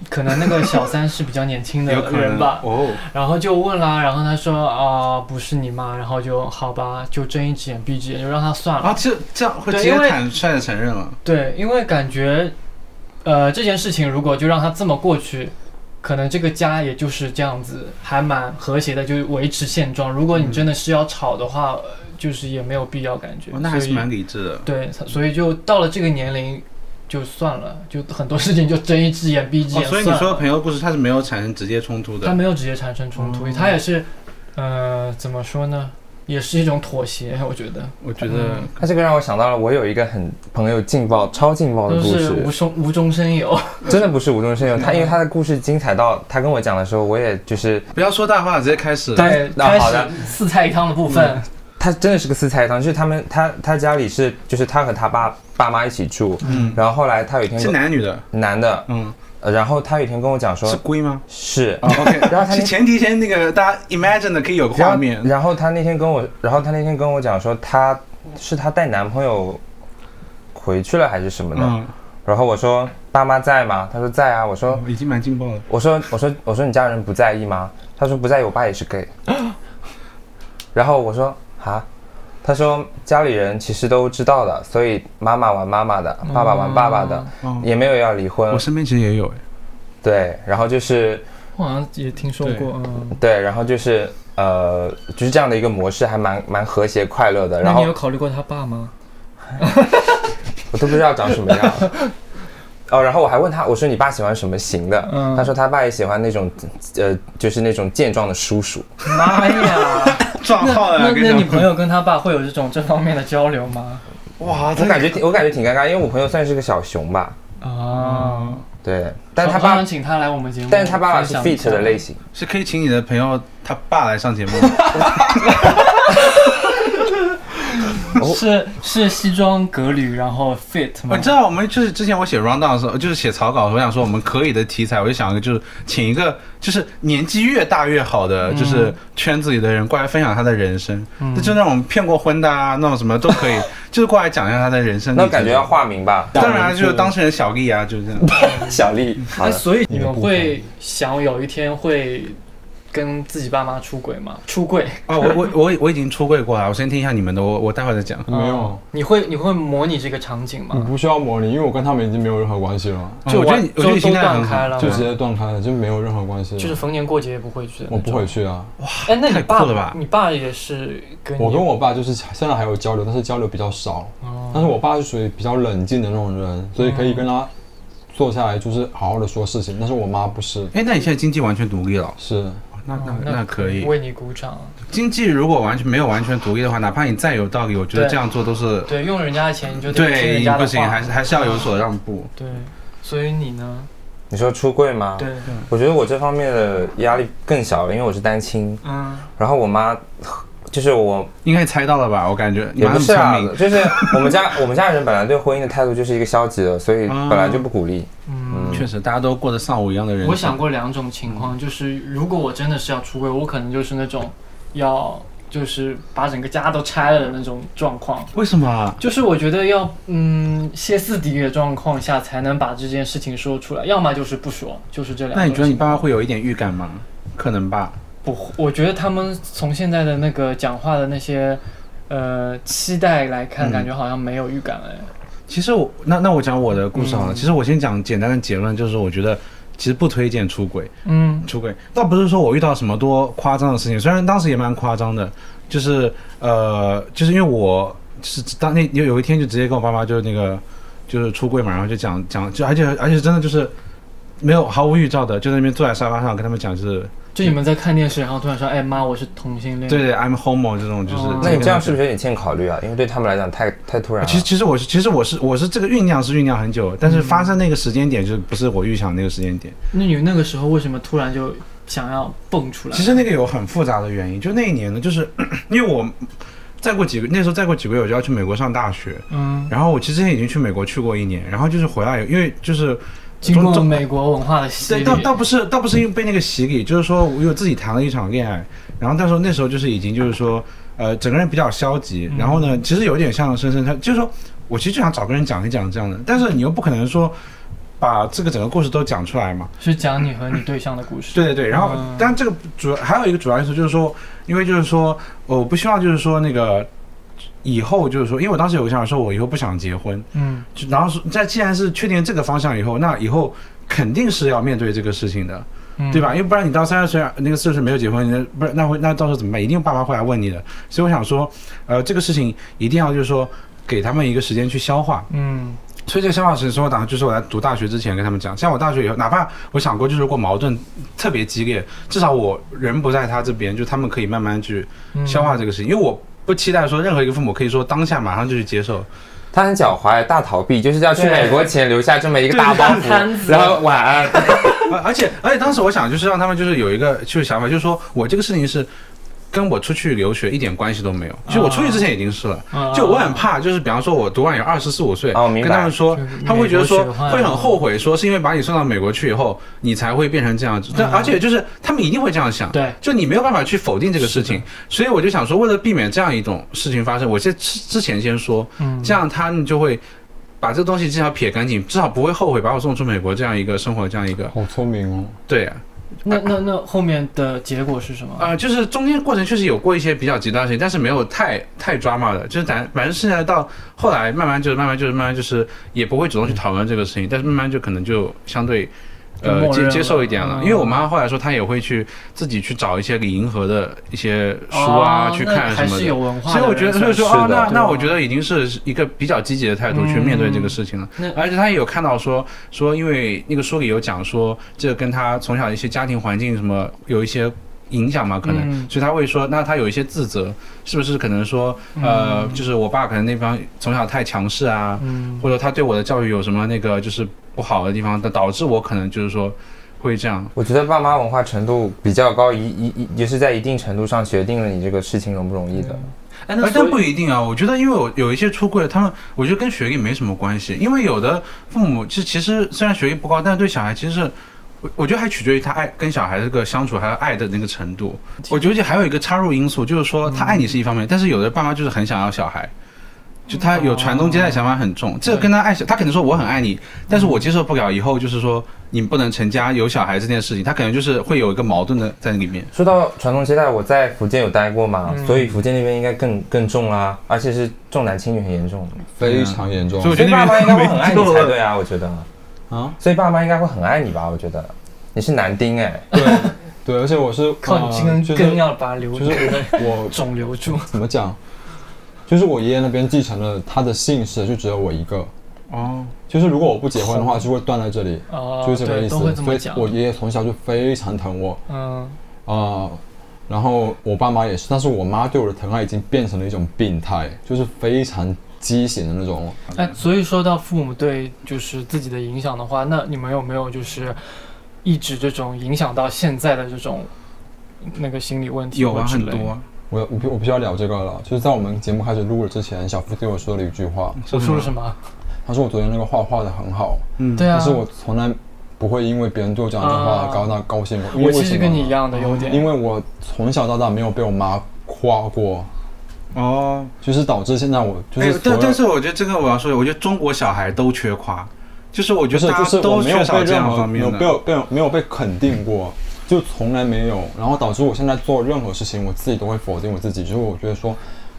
Speaker 3: 可能那个小三是比较年轻的
Speaker 5: 有可
Speaker 3: 人
Speaker 5: 能
Speaker 3: 吧。
Speaker 5: 哦。
Speaker 3: 然后就问啦，然后他说啊、不是你妈，然后就好吧，就睁一只眼闭一只眼，就让他算了。
Speaker 5: 啊，这这样会
Speaker 3: 对
Speaker 5: 直接
Speaker 3: 因为
Speaker 5: 坦率的承认了。
Speaker 3: 对，因为感觉，呃，这件事情如果就让他这么过去，可能这个家也就是这样子，还蛮和谐的，就维持现状。如果你真的是要吵的话，呃就是也没有必要，感觉。
Speaker 5: 哦那还是
Speaker 3: 所以
Speaker 5: 蛮理智的。
Speaker 3: 对，所以就到了这个年龄，就算了，就很多事情就睁一只眼闭一只
Speaker 5: 哦，
Speaker 3: 眼、
Speaker 5: 所以你
Speaker 3: 算
Speaker 5: 说
Speaker 3: 了
Speaker 5: 的朋友故事，它是没有产生直接冲突
Speaker 3: 他
Speaker 5: 的。
Speaker 2: 嗯
Speaker 3: 没有直接产生冲突，
Speaker 5: 哦
Speaker 3: 他也是，呃，怎么说呢？也是一种妥协，我觉得嗯
Speaker 5: 我觉得
Speaker 2: 他这个让我想到了，我有一个很朋友劲爆、超劲爆的
Speaker 3: 都
Speaker 2: 故
Speaker 3: 是无
Speaker 2: 事，
Speaker 3: 中无中生有。
Speaker 2: 真的不是无中生有。他因为他的故事精彩到，他跟我讲的时候，我也就是
Speaker 5: 不要说大话，直接开始。
Speaker 3: 对，
Speaker 2: 那
Speaker 3: 开
Speaker 2: 好
Speaker 3: 始
Speaker 2: 的
Speaker 3: 四菜一汤的部分，
Speaker 2: 他真的是个四菜一汤，就是他们他他家里是就是他和他爸爸妈一起住，
Speaker 5: 嗯，
Speaker 2: 然后后来他有一天
Speaker 5: 是
Speaker 2: 跟
Speaker 5: 男女的？
Speaker 2: 男的，
Speaker 5: 嗯，
Speaker 2: 呃然后他有一天跟我讲
Speaker 5: 是
Speaker 2: 说，
Speaker 5: 龟吗？
Speaker 2: 是
Speaker 5: 啊，，OK。
Speaker 2: 然后他那
Speaker 5: 是前提先那个大家 imagine 的可以有个
Speaker 2: 然
Speaker 5: 画
Speaker 2: 后
Speaker 5: 面。
Speaker 2: 然后他那天跟我，然后他那天跟我讲说，他是他带男朋友回去了还是什么的，
Speaker 5: 嗯，
Speaker 2: 然后我说爸妈在吗？他说在啊，我说。
Speaker 5: 已经蛮劲爆了。
Speaker 2: 我说我说我说你家人不在意吗？他说不在意，我爸也是 gay。然后我说啊，他说家里人其实都知道的，所以妈妈玩妈妈的，爸爸玩爸爸的，
Speaker 5: 哦，
Speaker 2: 也没有要离婚
Speaker 5: 嗯我。身边其实也有哎。
Speaker 2: 对，然后就是
Speaker 3: 我好像也听说
Speaker 5: 对
Speaker 3: 过。嗯，
Speaker 2: 对，然后就是呃，就是这样的一个模式，还蛮蛮和谐快乐的。
Speaker 3: 那
Speaker 2: 然
Speaker 3: 你
Speaker 2: 后
Speaker 3: 有考虑过他爸吗？
Speaker 2: 我都不知道长什么样。哦，然后我还问他，我说你爸喜欢什么型的？
Speaker 3: 嗯
Speaker 2: 他说他爸也喜欢那种，呃，就是那种健壮的叔叔。
Speaker 3: 妈呀！
Speaker 5: 撞号了，
Speaker 3: 那
Speaker 5: 跟你
Speaker 3: 那
Speaker 5: 讲
Speaker 3: 你朋友跟他爸会有这种这方面的交流吗？
Speaker 5: 哇，
Speaker 2: 我
Speaker 5: 这
Speaker 2: 感觉挺，我感觉挺尴尬，因为我朋友算是个小熊吧，
Speaker 3: 啊，
Speaker 2: 对，但他
Speaker 3: 好
Speaker 2: 爸
Speaker 3: 想，请他来我们节目，
Speaker 2: 但是他爸爸是 fit 的类
Speaker 3: 型。
Speaker 2: 型，
Speaker 5: 是可以请你的朋友他爸来上 节目。
Speaker 2: 哦
Speaker 3: 是是西装革履，然后 fit
Speaker 5: 我
Speaker 3: 吗
Speaker 5: 哦知？道，我们就是之前我写 round down 的时候，就是写草稿的时候，我想说我们可以的题材，我就想就是请一个就是年纪越大越好
Speaker 3: 嗯
Speaker 5: 的，就是圈子里的人过来分享他的人生，那就那种骗过婚的啊，那种什么都可以， 就是过来讲一下他的人生历程。
Speaker 2: 那感觉要化名吧，嗯
Speaker 5: 当然啊就是当事人小丽啊，就是这样。
Speaker 2: 小丽，好
Speaker 3: 那
Speaker 2: 的，
Speaker 3: 哎所以你们会想有一天会跟自己爸妈出轨吗？出柜？
Speaker 5: 哦，我我我我已经出柜过了，我先听一下你们的，我我待会儿再讲。
Speaker 1: 没有
Speaker 3: 嗯，你会你会模拟这个场景
Speaker 5: 嗯
Speaker 1: 你
Speaker 3: 吗？
Speaker 1: 不需要模拟，因为我跟他们已经没有任何关系了，
Speaker 5: 哦我觉得你我觉得
Speaker 3: 都都
Speaker 5: 你心态很
Speaker 3: 断开
Speaker 5: 好，
Speaker 3: 了吗，
Speaker 1: 就直接断开了，就没有任何关系了。
Speaker 3: 就是逢年过节也不会去的。
Speaker 1: 我不回。去啊，
Speaker 3: 哎，那你
Speaker 5: 太
Speaker 3: 爸
Speaker 5: 酷了吧
Speaker 3: 你爸也是跟你
Speaker 1: 我跟我爸就是现在还有交流，但是交流比较少。
Speaker 3: 哦
Speaker 5: 啊
Speaker 1: 但是我爸是属于比较冷静的那种人，所以
Speaker 3: 嗯
Speaker 1: 可以跟他坐下来，就是好好的说事情。但是我妈不是，
Speaker 5: 哎，那你现在经济完全独立了？
Speaker 1: 是
Speaker 5: 哦那那
Speaker 3: 哦
Speaker 5: 那可以。
Speaker 3: 为你鼓掌。
Speaker 5: 经济如果完全没有完全独立的话，哪怕你再有道理，我觉得
Speaker 3: 对
Speaker 5: 这样做都是
Speaker 3: 对，用人家的钱你就得听
Speaker 5: 对
Speaker 3: 人，家的
Speaker 5: 不行，
Speaker 3: 话
Speaker 5: 还。是还是要有所让步。
Speaker 3: 对，所以你呢？
Speaker 2: 你说出柜吗？，
Speaker 3: 对，
Speaker 2: 我觉得我这方面的压力更小了，因为我是单亲，
Speaker 3: 嗯，
Speaker 2: 然后我妈。就是我
Speaker 5: 应该猜到了吧？我感觉你
Speaker 2: 也
Speaker 5: 妈
Speaker 2: 不
Speaker 5: 很
Speaker 2: 是
Speaker 5: 聪
Speaker 2: 啊
Speaker 5: 明，，
Speaker 2: 就是我们家我们家人本来对婚姻的态度就是一个消极的，所以本来就不鼓励。嗯，
Speaker 5: 确实大家都过着丧偶一样的人生。
Speaker 3: 我想过两种情况，就是如果我真的是要出轨，我可能就是那种要就是把整个家都拆了的那种状况。
Speaker 5: 为什么啊？
Speaker 3: 就是我觉得要嗯歇斯底里的状况下才能把这件事情说出来，要么就是不说，就是这两种。
Speaker 5: 那你觉得你爸妈会有一点预感吗？可能吧。
Speaker 3: 不会？我觉得他们从现在的那个讲话的那些呃期待来看，
Speaker 5: 嗯
Speaker 3: 感觉好像没有预感哎。
Speaker 5: 其实我那那我讲我的故事好
Speaker 3: 嗯
Speaker 5: 了。其实我先讲简单的结论，就是我觉得其实不推荐出轨。
Speaker 3: 嗯
Speaker 5: 出轨倒不是说我遇到什么多夸张的事情，虽然当时也蛮夸张的，就是呃，就是因为我就是当那有有一天就直接跟我爸妈就那个就是出柜嘛，然后就讲讲就而且而且真的就是没有毫无预兆的就在那边坐在沙发上跟他们讲就是
Speaker 3: 就你们在看电视，然后突然说：“哎妈，我是同性恋。”
Speaker 5: 对对，I'm homo 这种，就是、
Speaker 3: 哦
Speaker 2: 嗯那你这样是不是有点欠考虑啊？因为对他们来讲太太突然了。
Speaker 5: 嗯其实其实我是其实我是我是这个酝酿是酝酿很久，但是发生那个时间点就是不是我预想那个时间点。
Speaker 3: 那你那个时候为什么突然就想要蹦出来？
Speaker 5: 其实那个有很复杂的原因，就那一年呢，就是 因为我再过几个那时候再过几个月我就要去美国上大学，
Speaker 3: 嗯，
Speaker 5: 然后我其实之前已经去美国去过一年，然后就是回来，因为就是
Speaker 3: 经
Speaker 5: 中
Speaker 3: 过
Speaker 5: 中
Speaker 3: 美国文化的洗
Speaker 5: 对，
Speaker 3: 礼，
Speaker 5: 倒倒不是倒不是因为被那个洗礼，就是说我有自己谈了一场恋爱，然后那时候那时候就是已经就是说，呃，整个人比较消极，
Speaker 3: 嗯
Speaker 5: 然后呢，其实有点像深深他，就是说我其实就想找个人讲一讲这样的，但是你又不可能说把这个整个故事都讲出来嘛，
Speaker 3: 是讲你和你对象的故事。
Speaker 5: 对对对，然后
Speaker 3: 嗯，
Speaker 5: 但这个主要还有一个主要因素就是说，因为就是说，我不希望就是说那个以后就是说，因为我当时有个想法说，我以后不想结婚，
Speaker 3: 嗯，
Speaker 5: 就然后是在既然是确定这个方向以后，那以后肯定是要面对这个事情的，
Speaker 3: 嗯
Speaker 5: 对？吧？因为不然你到三十岁那个四十岁没有结婚，那不是那会那到时候怎么办？一定爸妈会来问你的。所以我想说，呃，这个事情一定要就是说给他们一个时间去消化。
Speaker 3: 嗯，
Speaker 5: 所以这个想法是生活档，就是我在读大学之前跟他们讲，像我大学以后，哪怕我想过，就是如果矛盾特别激烈，至少我人不在他这边，就他们可以慢慢去消化这个事情，因为我不期待说任何一个父母可以说当下马上就去接受，
Speaker 2: 他很狡猾，大逃避，就是要去
Speaker 3: 对
Speaker 2: 美国前留下这么一个
Speaker 5: 对
Speaker 2: 大包
Speaker 3: 大摊
Speaker 2: 袱，
Speaker 3: 子
Speaker 2: 然后晚安。
Speaker 5: 而而且而且当时我想就是让他们就是有一个就是想法，就是说我这个事情是跟我出去留学一点关系都没有，就我出去之前已经是了，
Speaker 3: 啊
Speaker 5: 嗯就我很怕就是比方说我读完以后二十四五岁，
Speaker 2: 哦明
Speaker 5: 跟
Speaker 2: 白
Speaker 5: 他们说
Speaker 3: 就是美，国
Speaker 5: 他们会觉得说
Speaker 3: 学坏
Speaker 5: 会很后悔，说是因为把你送到美国去以后你才会变成这样子，但而且就是他们一定会这样想，
Speaker 3: 嗯对
Speaker 5: 就你没有办法去否定这个事情，所以我就想说，为了避免这样一种事情发生，我先之之前先说，
Speaker 3: 嗯
Speaker 5: 这样他们就会。把这个东西至少撇干净，至少不会后悔把我送出美国这样一个生活，这样一个
Speaker 1: 好聪明哦。
Speaker 5: 对啊，
Speaker 3: 那那那后面的结果是什么？
Speaker 5: 啊、就是中间过程确实有过一些比较极端的事情，但是没有太太抓马的，就是咱反正剩下到后来慢慢就是慢慢就是慢慢就是也不会主动去讨论这个事情，但是慢慢就可能就相对。
Speaker 3: 就
Speaker 5: 呃，
Speaker 3: 默认
Speaker 5: 接
Speaker 3: 了
Speaker 5: 接受一点了，
Speaker 3: 嗯
Speaker 5: 因为我妈后来说她也会去自己去找一些李银河的一些书啊，
Speaker 3: 哦
Speaker 5: 去看
Speaker 3: 那
Speaker 5: 什
Speaker 3: 还
Speaker 5: 么
Speaker 3: 是有
Speaker 5: 的，
Speaker 3: 文化
Speaker 5: 所
Speaker 3: 的
Speaker 5: 以
Speaker 3: 人
Speaker 5: 我觉得
Speaker 3: 算
Speaker 5: 所以说
Speaker 2: 是
Speaker 5: 啊，
Speaker 2: 的
Speaker 5: 那
Speaker 3: 对
Speaker 5: 那
Speaker 3: 吧嗯
Speaker 5: 我觉得已经是一个比较积极的态度去面对这个事情了。
Speaker 3: 那
Speaker 5: 而且他也有看到说说，因为那个书里有讲说，这跟他从小的一些家庭环境什么有一些影响嘛，可能，
Speaker 3: 嗯
Speaker 5: 所以他会说，那他有一些自责，是不是可能说，呃，就是我爸可能那方从小太强势啊，
Speaker 3: 嗯
Speaker 5: 或者他对我的教育有什么那个就是不好的地方，那导致我可能就是说会这样。
Speaker 2: 我觉得爸妈文化程度比较高，一一一也是在一定程度上决定了你这个事情容不容易的。
Speaker 3: 哎，
Speaker 5: 哎
Speaker 3: 那
Speaker 5: 但
Speaker 3: 所
Speaker 5: 不
Speaker 3: 以
Speaker 5: 一定啊，我觉得因为我有一些出柜，他们我觉得跟学历没什么关系，因为有的父母其实其实虽然学历不高，但是对小孩其实是。我我觉得还取决于他爱跟小孩这个相处，还有爱的那个程度。我觉得还有一个插入因素，就是说他爱你是一方
Speaker 3: 嗯
Speaker 5: 面，但是有的爸妈就是很想要小孩，就他
Speaker 3: 哦
Speaker 5: 有传宗接代想法很重。
Speaker 3: 嗯
Speaker 5: 这跟他爱小，他可能说我很爱你，但是我接受不了以后就是说你不能成家有小孩这件事情，他可能就是会有一个矛盾的在里面。
Speaker 2: 说到传宗接代，我在福建有待过嘛，
Speaker 5: 嗯
Speaker 2: 所以福建那边应该更更重啊，而且是重男轻女很严重。
Speaker 1: 非
Speaker 3: 啊
Speaker 1: 常严重
Speaker 5: 所以我觉
Speaker 2: 所
Speaker 5: 得
Speaker 2: 以
Speaker 5: 那
Speaker 2: 爸妈
Speaker 5: 边
Speaker 2: 应该会
Speaker 5: 没
Speaker 2: 很爱
Speaker 5: 救
Speaker 2: 你才
Speaker 5: 了
Speaker 2: 对啊，我觉得。
Speaker 1: 啊！
Speaker 2: 所以爸妈应该会很爱你吧？我觉得你是男丁哎，
Speaker 1: 对，而且 我是
Speaker 3: 靠你
Speaker 1: 呃
Speaker 3: 这根
Speaker 1: 就是
Speaker 3: 根要把留
Speaker 1: 就是 我
Speaker 3: 肿留住。
Speaker 1: 怎么讲，就是我爷爷那边继承了他的姓氏，就只有我一个。
Speaker 5: 哦，
Speaker 1: 就是如果我不结婚的话，就会断在这里，
Speaker 3: 哦，
Speaker 1: 就是这个
Speaker 3: 对
Speaker 1: 意思。
Speaker 3: 都会这
Speaker 1: 所
Speaker 3: 么
Speaker 1: 以
Speaker 3: 讲。
Speaker 1: 我爷爷从小就非常疼我
Speaker 3: 嗯，
Speaker 1: 啊、呃然后我爸妈也是，但是我妈对我的疼爱已经变成了一种病态，就是非常畸形的那种。
Speaker 3: 哎，所以说到父母对就是自己的影响的话，那你们有没有就是一直这种影响到现在的这种那个心理问题
Speaker 5: 有
Speaker 3: 或
Speaker 5: 啊，
Speaker 3: 之类
Speaker 5: 很
Speaker 3: 的？
Speaker 5: 多啊。
Speaker 1: 我我必我必须要聊这个了，就是在我们节目开始录了之前，小付对我说了一句话，
Speaker 3: 哎我说了什么？
Speaker 1: 他说我昨天那个画画的很好，
Speaker 5: 嗯，
Speaker 3: 对啊，
Speaker 1: 但是我从来不会因为别人对我讲这句话
Speaker 3: 啊
Speaker 1: 高到高兴过。因为
Speaker 3: 我其
Speaker 1: 为什
Speaker 3: 实
Speaker 1: 么
Speaker 3: 跟
Speaker 1: 呢
Speaker 3: 你一样的优点，
Speaker 1: 嗯因为我从小到大没有被我妈夸过，
Speaker 5: 哦，
Speaker 1: 就是导致现在我就是
Speaker 5: 哎
Speaker 1: 所有、
Speaker 5: 但但是我觉得这个我要说，我觉得中国小孩都缺夸，就是我觉
Speaker 1: 不是
Speaker 5: 得大
Speaker 1: 就
Speaker 5: 家
Speaker 1: 是我
Speaker 5: 都
Speaker 1: 没有
Speaker 5: 缺
Speaker 1: 被
Speaker 5: 少这
Speaker 1: 任
Speaker 5: 样
Speaker 1: 何
Speaker 5: 方
Speaker 1: 没
Speaker 5: 面
Speaker 1: 有
Speaker 5: 的。
Speaker 1: 被我被我没有被肯定过，就从来没有，然后导致我现在做任何事情，我自己都会否定我自己，就是我觉得说，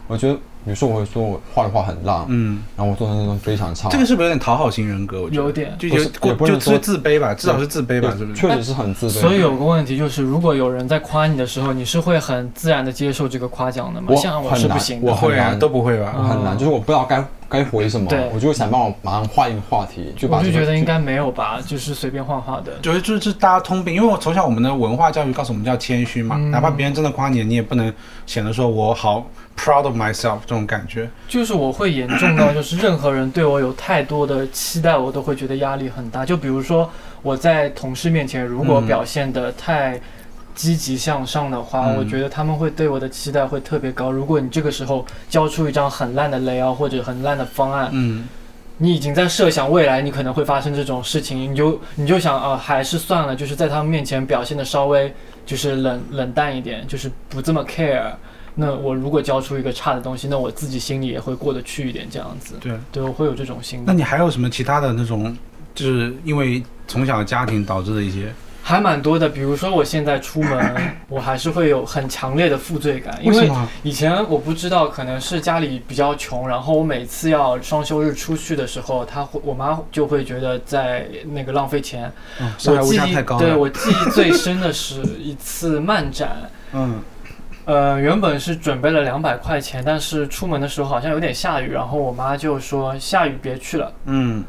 Speaker 1: 我觉得比如说我会说我画的画很烂，
Speaker 5: 嗯，
Speaker 1: 然后我做成那种非常差，
Speaker 5: 这个是不是有点讨好型人格？我觉得
Speaker 3: 有点
Speaker 5: 就
Speaker 1: 不
Speaker 5: 有
Speaker 1: 是也不能
Speaker 5: 就
Speaker 1: 说
Speaker 5: 是自卑吧，至少是自卑吧，是不是？
Speaker 1: 确实是很自卑。
Speaker 3: 所以有个问题就是，如果有人在夸你的时候，你是会很自然的接受这个夸奖的吗？
Speaker 1: 我
Speaker 3: 像我
Speaker 1: 很
Speaker 3: 是不
Speaker 1: 难
Speaker 3: 行
Speaker 1: 我
Speaker 3: 的。
Speaker 5: 会
Speaker 1: 很
Speaker 5: 啊，
Speaker 1: 难嗯
Speaker 5: 都不会吧？
Speaker 1: 我很难，就是我不知道该该回什么
Speaker 3: 嗯对，
Speaker 1: 我就会想办法马上换一个话题，就把
Speaker 3: 我就
Speaker 1: 这个
Speaker 3: 觉得应该没有吧，就是随便画画的。
Speaker 5: 觉得就是大家通病，因为我从小我们的文化教育告诉我们要谦虚嘛，
Speaker 3: 嗯
Speaker 5: 哪怕别人真的夸你，你也不能显得说我好 proud of myself 这种感觉。
Speaker 3: 就是我会严重到，就是任何人对我有太多的期待，我都会觉得压力很大。就比如说我在同事面前，如果
Speaker 5: 嗯
Speaker 3: 表现得太积极向上的话，
Speaker 5: 嗯
Speaker 3: 我觉得他们会对我的期待会特别高。如果你这个时候交出一张很烂的雷 a 或者很烂的方案，
Speaker 5: 嗯，
Speaker 3: 你已经在设想未来你可能会发生这种事情，你就你就想啊，还是算了，就是在他们面前表现的稍微就是冷冷淡一点，就是不这么 care。那我如果交出一个差的东西，那我自己心里也会过得去一点，这样子。
Speaker 5: 对。
Speaker 3: 对，我会有这种心
Speaker 5: 那
Speaker 3: 理，
Speaker 5: 你还有什么其他的那种，就是因为从小家庭导致的一些？
Speaker 3: 还蛮多的。比如说我现在出 门，我还是会有很强烈的负罪感，因
Speaker 5: 什
Speaker 3: 为
Speaker 5: 么？
Speaker 3: 以前我不知道，可能是家里比较穷，然后我每次要双休日出去的时候，他会我妈就会觉得在那个浪费钱。
Speaker 5: 嗯上
Speaker 3: 我
Speaker 5: 海物
Speaker 3: 记
Speaker 5: 价
Speaker 3: 忆
Speaker 5: 太高
Speaker 3: 对
Speaker 5: 了。
Speaker 3: 我记忆最深的是一次漫展，
Speaker 5: 嗯，
Speaker 3: 呃，原本是准备了两百块钱，但是出门的时候好像有点下雨，然后我妈就说下雨别去了。
Speaker 5: 嗯，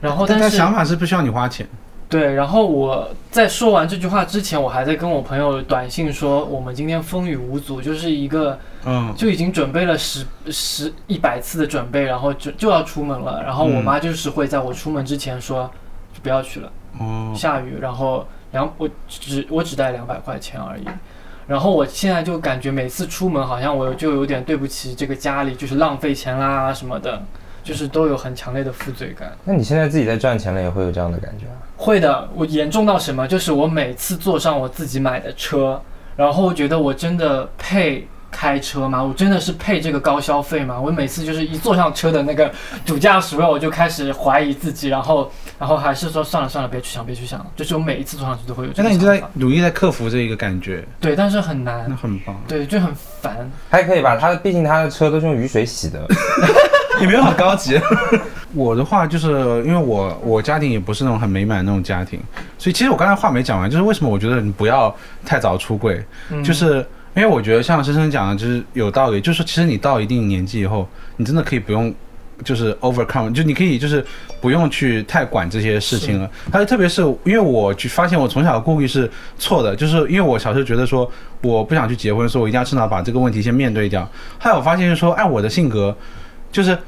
Speaker 3: 然后
Speaker 5: 但
Speaker 3: 但
Speaker 5: 他
Speaker 3: 是
Speaker 5: 想法是不需要你花钱，
Speaker 3: 对，然后我在说完这句话之前，我还在跟我朋友短信说，我们今天风雨无阻，就是一个
Speaker 5: 嗯，
Speaker 3: 就已经准备了十十一百次的准备，然后就就要出门了。然后我
Speaker 5: 嗯
Speaker 3: 妈就是会在我出门之前说，就不要去了，
Speaker 5: 哦，
Speaker 3: 下雨，然后两我只我只带两百块钱而已。然后我现在就感觉每次出门好像我就有点对不起这个家里，就是浪费钱啦啊什么的，就是都有很强烈的负罪感。
Speaker 2: 那你现在自己在赚钱了，也会有这样的感觉啊？
Speaker 3: 会的，我严重到什么？就是我每次坐上我自己买的车，然后我觉得我真的配开车吗？我真的是配这个高消费吗？我每次就是一坐上车的那个主驾驶位，我就开始怀疑自己，然后，然后还是说算了算了，别去想，别去想了。就是我每一次坐上去都会有这
Speaker 5: 哎那
Speaker 3: 个
Speaker 5: 你
Speaker 3: 想
Speaker 5: 就
Speaker 3: 法。
Speaker 5: 在努力在克服这一个感觉，
Speaker 3: 对，但是很难
Speaker 5: 那，很棒。
Speaker 3: 对，就很烦。
Speaker 2: 还可以吧，他毕竟他的车都是用雨水 洗的，
Speaker 5: 你没有很高级。 我的话就是因为我我家庭也不是那种很美满的那种家庭，所以其实我刚才话没讲完，就是为什么我觉得你不要太早出柜，
Speaker 3: 嗯、
Speaker 5: 就是因为我觉得像深深讲的，就是有道理，就是其实你到一定年纪以后，你真的可以不用。就是 overcome，就你可以就是不用去太管这些事情了。还有特别是因为我就发现我从小的顾虑是错的，就是因为我小时候觉得说我不想去结婚，所以我一定要趁早把这个问题先面对掉。后来我发现就是说，按我的性格，就是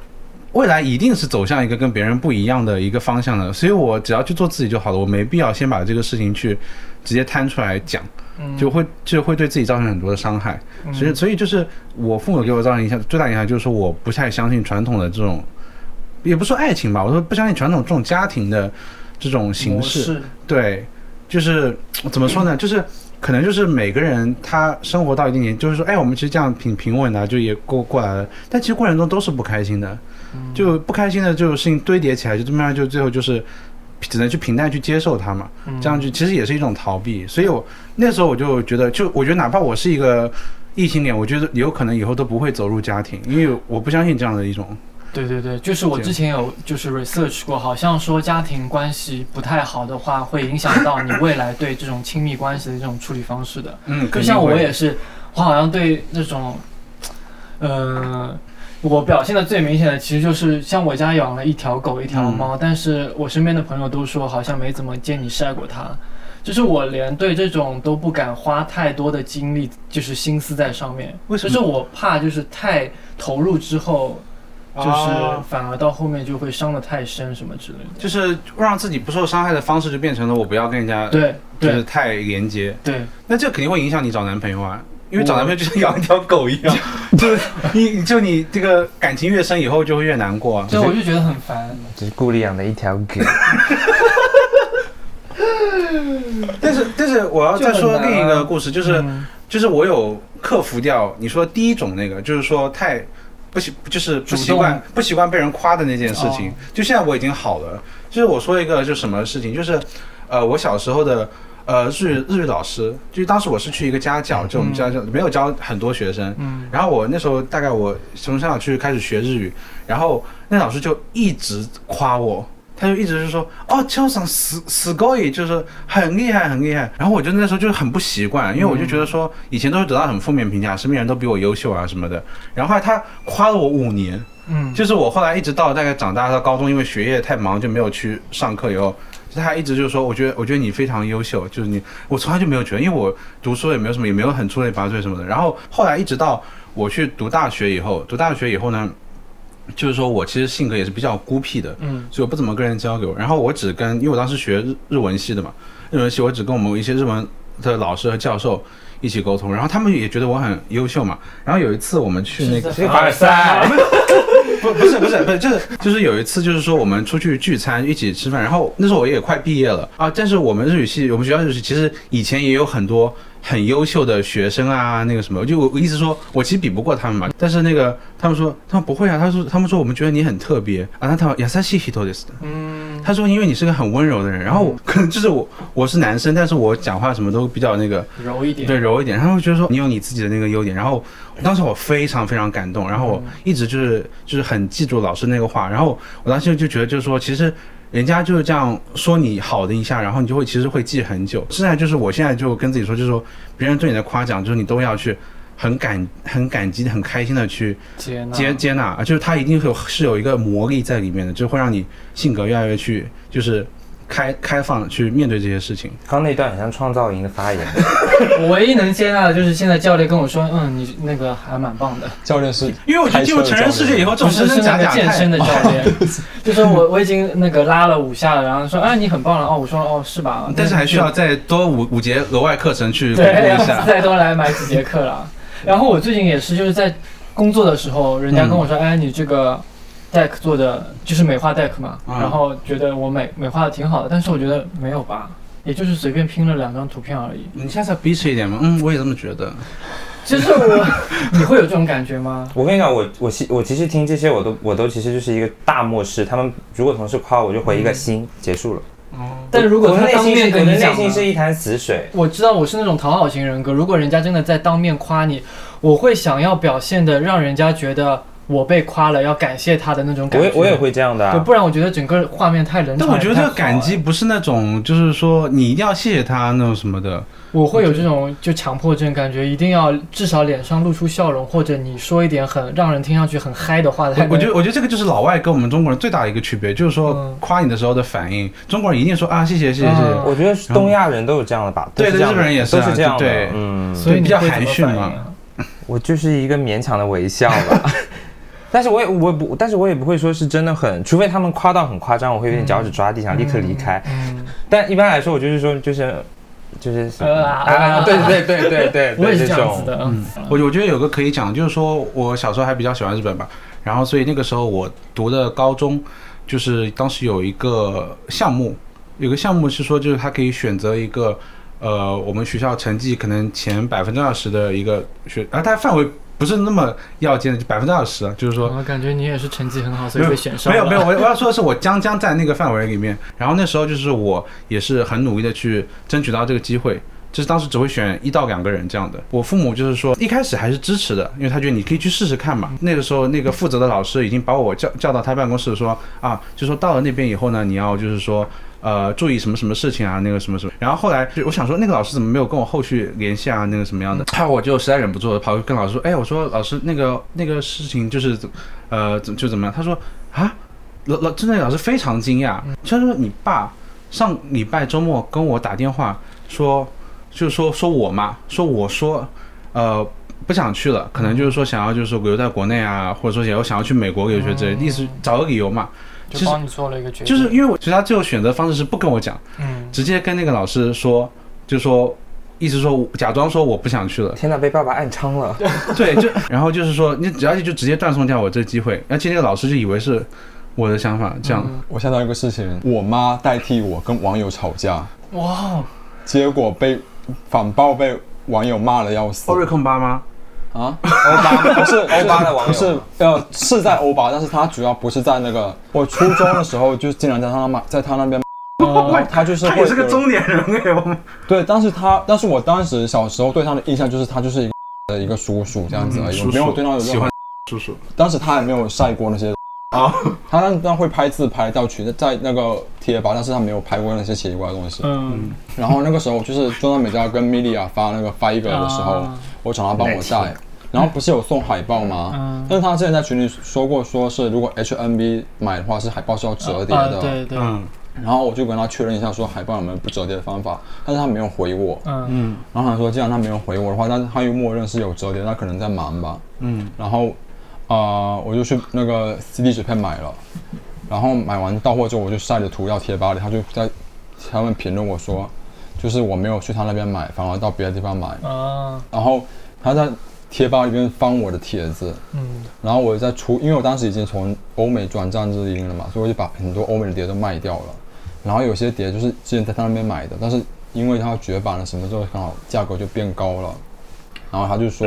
Speaker 5: 未来一定是走向一个跟别人不一样的一个方向的，所以我只要去做自己就好了，我没必要先把这个事情去直接摊出来讲，
Speaker 3: 嗯
Speaker 5: 就会就会对自己造成很多的伤害。所以所以就是我父母给我造成影响最大影响就是说我不太相信传统的这种，也不说爱情吧，我说不相信传统这种家庭的这种形
Speaker 3: 模
Speaker 5: 式。
Speaker 3: 式，
Speaker 5: 对，就是怎么说呢？就是可能就是每个人他生活到一定年纪，就是说，哎，我们其实这样平平稳的、啊就也过过来了，但其实过程中都是不开心的，就不开心的这种事情堆叠起来，就这么样，就最后就是只能去平淡去接受它嘛。
Speaker 3: 嗯
Speaker 5: 这样就其实也是一种逃避。所以我那时候我就觉得，就我觉得哪怕我是一个异性恋，我觉得有可能以后都不会走入家庭，因为我不相信这样的一种。
Speaker 3: 对对对，就是我
Speaker 5: 这样
Speaker 3: 之前有就是 research 过，好像说家庭关系不太好的话，会影响到你未来对这种亲密关系的这种处理方式的。
Speaker 5: 嗯，
Speaker 3: 就像我
Speaker 5: 肯定会
Speaker 3: 也是，我好像对那种，呃，我表现的最明显的其实就是像我家养了一条狗一
Speaker 5: 嗯
Speaker 3: 条猫，但是我身边的朋友都说好像没怎么见你晒过它。就是我连对这种都不敢花太多的精力，就是心思在上面。
Speaker 5: 为什么
Speaker 3: 就是我怕就是太投入之后，
Speaker 5: 啊
Speaker 3: 就是反而到后面就会伤得太深什么之类的。
Speaker 5: 就是让自己不受伤害的方式，就变成了我不要跟人家
Speaker 3: 对
Speaker 5: 呃就是
Speaker 3: 对
Speaker 5: 太连接，
Speaker 3: 对，
Speaker 5: 那这肯定会影响你找男朋友啊，因为找男朋友就像养一条狗一 样，就是你就你这个感情越深以后就会越难过啊。
Speaker 3: 所以我就觉得很烦。
Speaker 2: 只是故里养的一 条狗。
Speaker 5: 但 是但是我要再
Speaker 3: 就
Speaker 5: 说
Speaker 3: 很难啊
Speaker 5: 另一个故事，就是
Speaker 3: 嗯
Speaker 5: 就是我有克服掉你说第一种那个，就是说太。不习就是不习惯不习惯被人夸的那件事情
Speaker 3: 哦，
Speaker 5: 就现在我已经好了。就是我说一个就什么事情，就是，呃，我小时候的呃日语日语老师，就是当时我是去一个家教，就我们家教没有教很多学生，
Speaker 3: 嗯
Speaker 5: 然后我那时候大概我从小去开始学日语，然后那老师就一直夸我，他就一直是说哦，秋赏死死高也就是很厉害很厉害。然后我就那时候就是很不习惯，因为我就觉得说以前都是得到很负面评价，身边人都比我优秀啊什么的。然后后来他夸了我五年，
Speaker 3: 嗯，
Speaker 5: 就是我后来一直到大概长大到高中，因为学业太忙就没有去上课以后。就是他一直就是说，我觉得我觉得你非常优秀，就是你，我从来就没有觉得，因为我读书也没有什么，也没有很出类拔萃什么的。然后后来一直到我去读大学以后，读大学以后呢，就是说我其实性格也是比较孤僻的，
Speaker 3: 嗯
Speaker 5: 所以我不怎么跟人交流。然后我只跟，因为我当时学日日文系的嘛，日文系我只跟我们一些日文的老师和教授一起沟通，然后他们也觉得我很优秀嘛。然后有一次我们去那个，
Speaker 3: 是的
Speaker 2: 凡尔赛，
Speaker 5: 不不是不是不是，就是就是有一次就是说我们出去聚餐一起吃饭，然后那时候我也快毕业了啊，但是我们日语系我们学校日语系其实以前也有很多很优秀的学生啊，那个什么，就我我意思说我其实比不过他们嘛，但是那个他们说他们不会啊，他说他们说我们觉得你很特别啊，那他们亚萨西希多です的。
Speaker 3: 嗯
Speaker 5: 他说：“因为你是个很温柔的人，然后我可能就是我，我是男生，但是我讲话什么都比较那个，
Speaker 3: 柔一点。
Speaker 5: 对，柔一点。然后觉得说你有你自己的那个优点，然后当时我非常非常感动，然后我一直就是就是很记住老师那个话，然后我当时就觉得就是说，其实人家就是这样说你好的一下，然后你就会其实会记很久。现在就是我现在就跟自己说，就是说别人对你的夸奖，就是你都要去。很感很感激、很开心的去
Speaker 3: 接纳
Speaker 5: 接接纳，啊就是他一定会有是有一个魔力在里面的，就会让你性格越来越去就是开开放地去面对这些事情。
Speaker 2: 刚那一段很像创造营的发言，
Speaker 3: 我唯一能接纳的就是现在教练跟我说，嗯，你那个还蛮棒的，
Speaker 1: 教练是
Speaker 5: 因为我觉得进入成人世界以后，这
Speaker 3: 不
Speaker 5: 种
Speaker 3: 是
Speaker 5: 真
Speaker 3: 是
Speaker 5: 真
Speaker 3: 那
Speaker 5: 假
Speaker 3: 个
Speaker 5: 假
Speaker 3: 健身的教练， 就说我我已经那个拉了五下了，然后说，哎，你很棒了，哦，我说哦是吧？
Speaker 5: 但是还需要再多五五节额外课程去巩固
Speaker 3: 对
Speaker 5: 一， 下。
Speaker 3: 再多来买几节课 了。然后我最近也是，就是在工作的时候，人家跟我说，
Speaker 5: 嗯
Speaker 3: 哎，你这个 deck 做的就是美化 deck 嘛，
Speaker 5: 嗯
Speaker 3: 然后觉得我美美化的挺好的，但是我觉得没有吧，也就是随便拼了两张图片而已。
Speaker 5: 你下次要逼吃一点吗？嗯，我也这么觉得。
Speaker 3: 就是我， 你会有这种感觉吗？
Speaker 2: 我跟你讲，我我其我其实听这些，我都我都其实就是一个大漠视。他们如果同事夸我，我就回一个心，结束了。
Speaker 3: 嗯但如果
Speaker 2: 我
Speaker 3: 他
Speaker 2: 的内
Speaker 3: 当
Speaker 2: 心
Speaker 3: 面
Speaker 2: 是我
Speaker 3: 跟
Speaker 2: 的
Speaker 3: 你
Speaker 2: 内
Speaker 3: 讲呢，
Speaker 2: 心是一潭死水。
Speaker 3: 我知道我是那种讨好型人格，如果人家真的在当面夸你，我会想要表现的让人家觉得我被夸了，要感谢他的那种
Speaker 2: 我
Speaker 3: 感觉。
Speaker 2: 也我也会这样的、
Speaker 3: 对，
Speaker 2: 啊。
Speaker 3: 不然我觉得整个画面太冷场。
Speaker 5: 但我觉得这
Speaker 3: 也
Speaker 5: 个
Speaker 3: 太
Speaker 5: 感激不是那种，就是说你一定要谢谢他那种什么的。
Speaker 3: 好了，我会有这种就强迫症，感觉一定要至少脸上露出笑容，或者你说一点很让人听上去很嗨的话才
Speaker 5: 我
Speaker 3: 能。
Speaker 5: 我觉得我觉得这个就是老外跟我们中国人最大的一个区别，就是说
Speaker 3: 嗯
Speaker 5: 夸你的时候的反应，中国人一定说啊谢谢谢谢谢谢
Speaker 3: 嗯，
Speaker 2: 我觉得东亚人都有这样的吧，
Speaker 5: 对
Speaker 2: 都是这样
Speaker 5: 日本人也是
Speaker 2: 是、
Speaker 5: 啊
Speaker 2: 都这样的。
Speaker 5: 对
Speaker 2: 嗯，
Speaker 3: 所以你
Speaker 5: 比较
Speaker 3: 会怎么
Speaker 5: 含蓄嘛
Speaker 3: 反应啊。
Speaker 2: 我就是一个勉强的微笑吧。 但是我也我也不，但是我也不会说是真的很，除非他们夸到很夸张，我会有点脚趾抓地，想立刻离开。
Speaker 3: 嗯，
Speaker 2: 但一般来说，我就是说，就是就是
Speaker 3: 呃啊
Speaker 2: 啊，对对对对对，
Speaker 3: 我也是
Speaker 2: 对
Speaker 3: 这样子
Speaker 2: 种，
Speaker 3: 的。嗯，
Speaker 5: 我我觉得有个可以讲，就是说我小时候还比较喜欢日本吧，然后所以那个时候我读的高中，就是当时有一个项目，有个项目是说就是他可以选择一个，呃，我们学校成绩可能前百分之二十的一个学，啊，它范围不是那么要尖的，就百分之二十，啊就是说
Speaker 3: 我感觉你也是成绩很好，所以被选上
Speaker 5: 没有
Speaker 3: 了
Speaker 5: 没有，我我要说的是，我将将在那个范围里面。然后那时候就是我也是很努力的去争取到这个机会，就是当时只会选一到两个人这样的。我父母就是说一开始还是支持的，因为他觉得你可以去试试看嘛。那个时候那个负责的老师已经把我叫叫到他办公室说啊，就说到了那边以后呢，你要就是说。呃，注意什么什么事情啊？那个什么什么，然后后来就我想说，那个老师怎么没有跟我后续联系啊？那个什么样
Speaker 3: 嗯
Speaker 5: 的？后来我就实在忍不住了，跑去跟老师说，哎，我说老师，那个那个事情就是怎，呃，怎就怎么样？他说啊，老老真的老师非常惊讶，他说你爸上礼拜周末跟我打电话说，就是说说我嘛，说我说，呃。不想去了，可能就是说想要就是说留在国内啊，或者说也有想要去美国留学之类的，意思找个理由嘛。
Speaker 3: 就
Speaker 5: 其实
Speaker 3: 帮你做了一个决定。
Speaker 5: 就是因为我，其实他最后选择方式是不跟我讲，
Speaker 3: 嗯，
Speaker 5: 直接跟那个老师说，就说意思说我假装说我不想去 了
Speaker 2: 天哪，被爸爸暗 娼了。
Speaker 5: 对，就然后就是说你，而且就直接断送掉我这机会，而且那个老师就以为是我的想法，这样、
Speaker 3: 嗯
Speaker 1: 我想到一个事情，我妈代替我跟网友吵架，
Speaker 3: 哇哦，
Speaker 1: 结果被反爆被网友骂的要死
Speaker 5: 欧瑞控八吗？
Speaker 1: 啊！
Speaker 2: 欧巴
Speaker 1: 不是
Speaker 2: 欧巴的网
Speaker 1: 不
Speaker 2: 友
Speaker 1: 是呃是在欧巴，但是他主要不是在那个。我初中的时候就经常在他那骂，在他那边骂，然后他就是
Speaker 5: Oh 他
Speaker 1: 会
Speaker 5: 也是个中年人哎，我们
Speaker 1: 对，但是他但是我当时小时候对他的印象就是他就是一
Speaker 5: 嗯
Speaker 1: 个的一个叔嗯叔这样子而已，我哎没有对他有任
Speaker 5: 喜
Speaker 1: 何
Speaker 5: 欢。叔叔，
Speaker 1: 当时他还没有晒过那些
Speaker 5: 啊，
Speaker 1: 他那那会拍自拍照取在那个贴吧，但是他没有拍过那些奇奇怪怪的东西。
Speaker 3: 嗯，
Speaker 1: 然后那个时候就是中南美嘉跟米莉亚发那个 Fiverr 的时候，
Speaker 3: 啊
Speaker 1: 我找他帮我带，然后不是有送海报吗？
Speaker 3: 嗯
Speaker 1: 但是他之前在群里说过，说是如果 HNB 买的话，是海报是要折叠
Speaker 3: 啊
Speaker 1: 的。
Speaker 3: 对对，
Speaker 5: 嗯，
Speaker 1: 然后我就跟他确认一下，说海报有没有不折叠的方法，但是他没有回我。
Speaker 3: 嗯
Speaker 1: 然后他说，既然他没有回我的话，但是他又默认是有折叠，那可能在忙吧。嗯，然后啊、呃我就去那个 CD 纸片买了，然后买完到货之后，我就晒着图要贴吧里，他就在他们评论我说，就是我没有去他那边买，反而到别的地方买，
Speaker 3: 啊，
Speaker 1: 然后他在贴吧里面翻我的帖子，
Speaker 3: 嗯
Speaker 1: 然后我在出，因为我当时已经从欧美转战日英了嘛，所以我就把很多欧美的碟都卖掉了。然后有些碟就是之前在他那边买的，但是因为它绝版了什么之后，刚好价格就变高了。然后他就说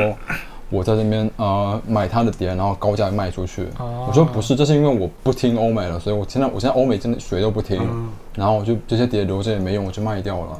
Speaker 1: 我在这边呃买他的碟，然后高价卖出去。
Speaker 3: 哦
Speaker 1: 我说不是，这是因为我不听欧美了，所以我现在我现在欧美真的谁都不听。然后我就这些碟留着也没用，我就卖掉了。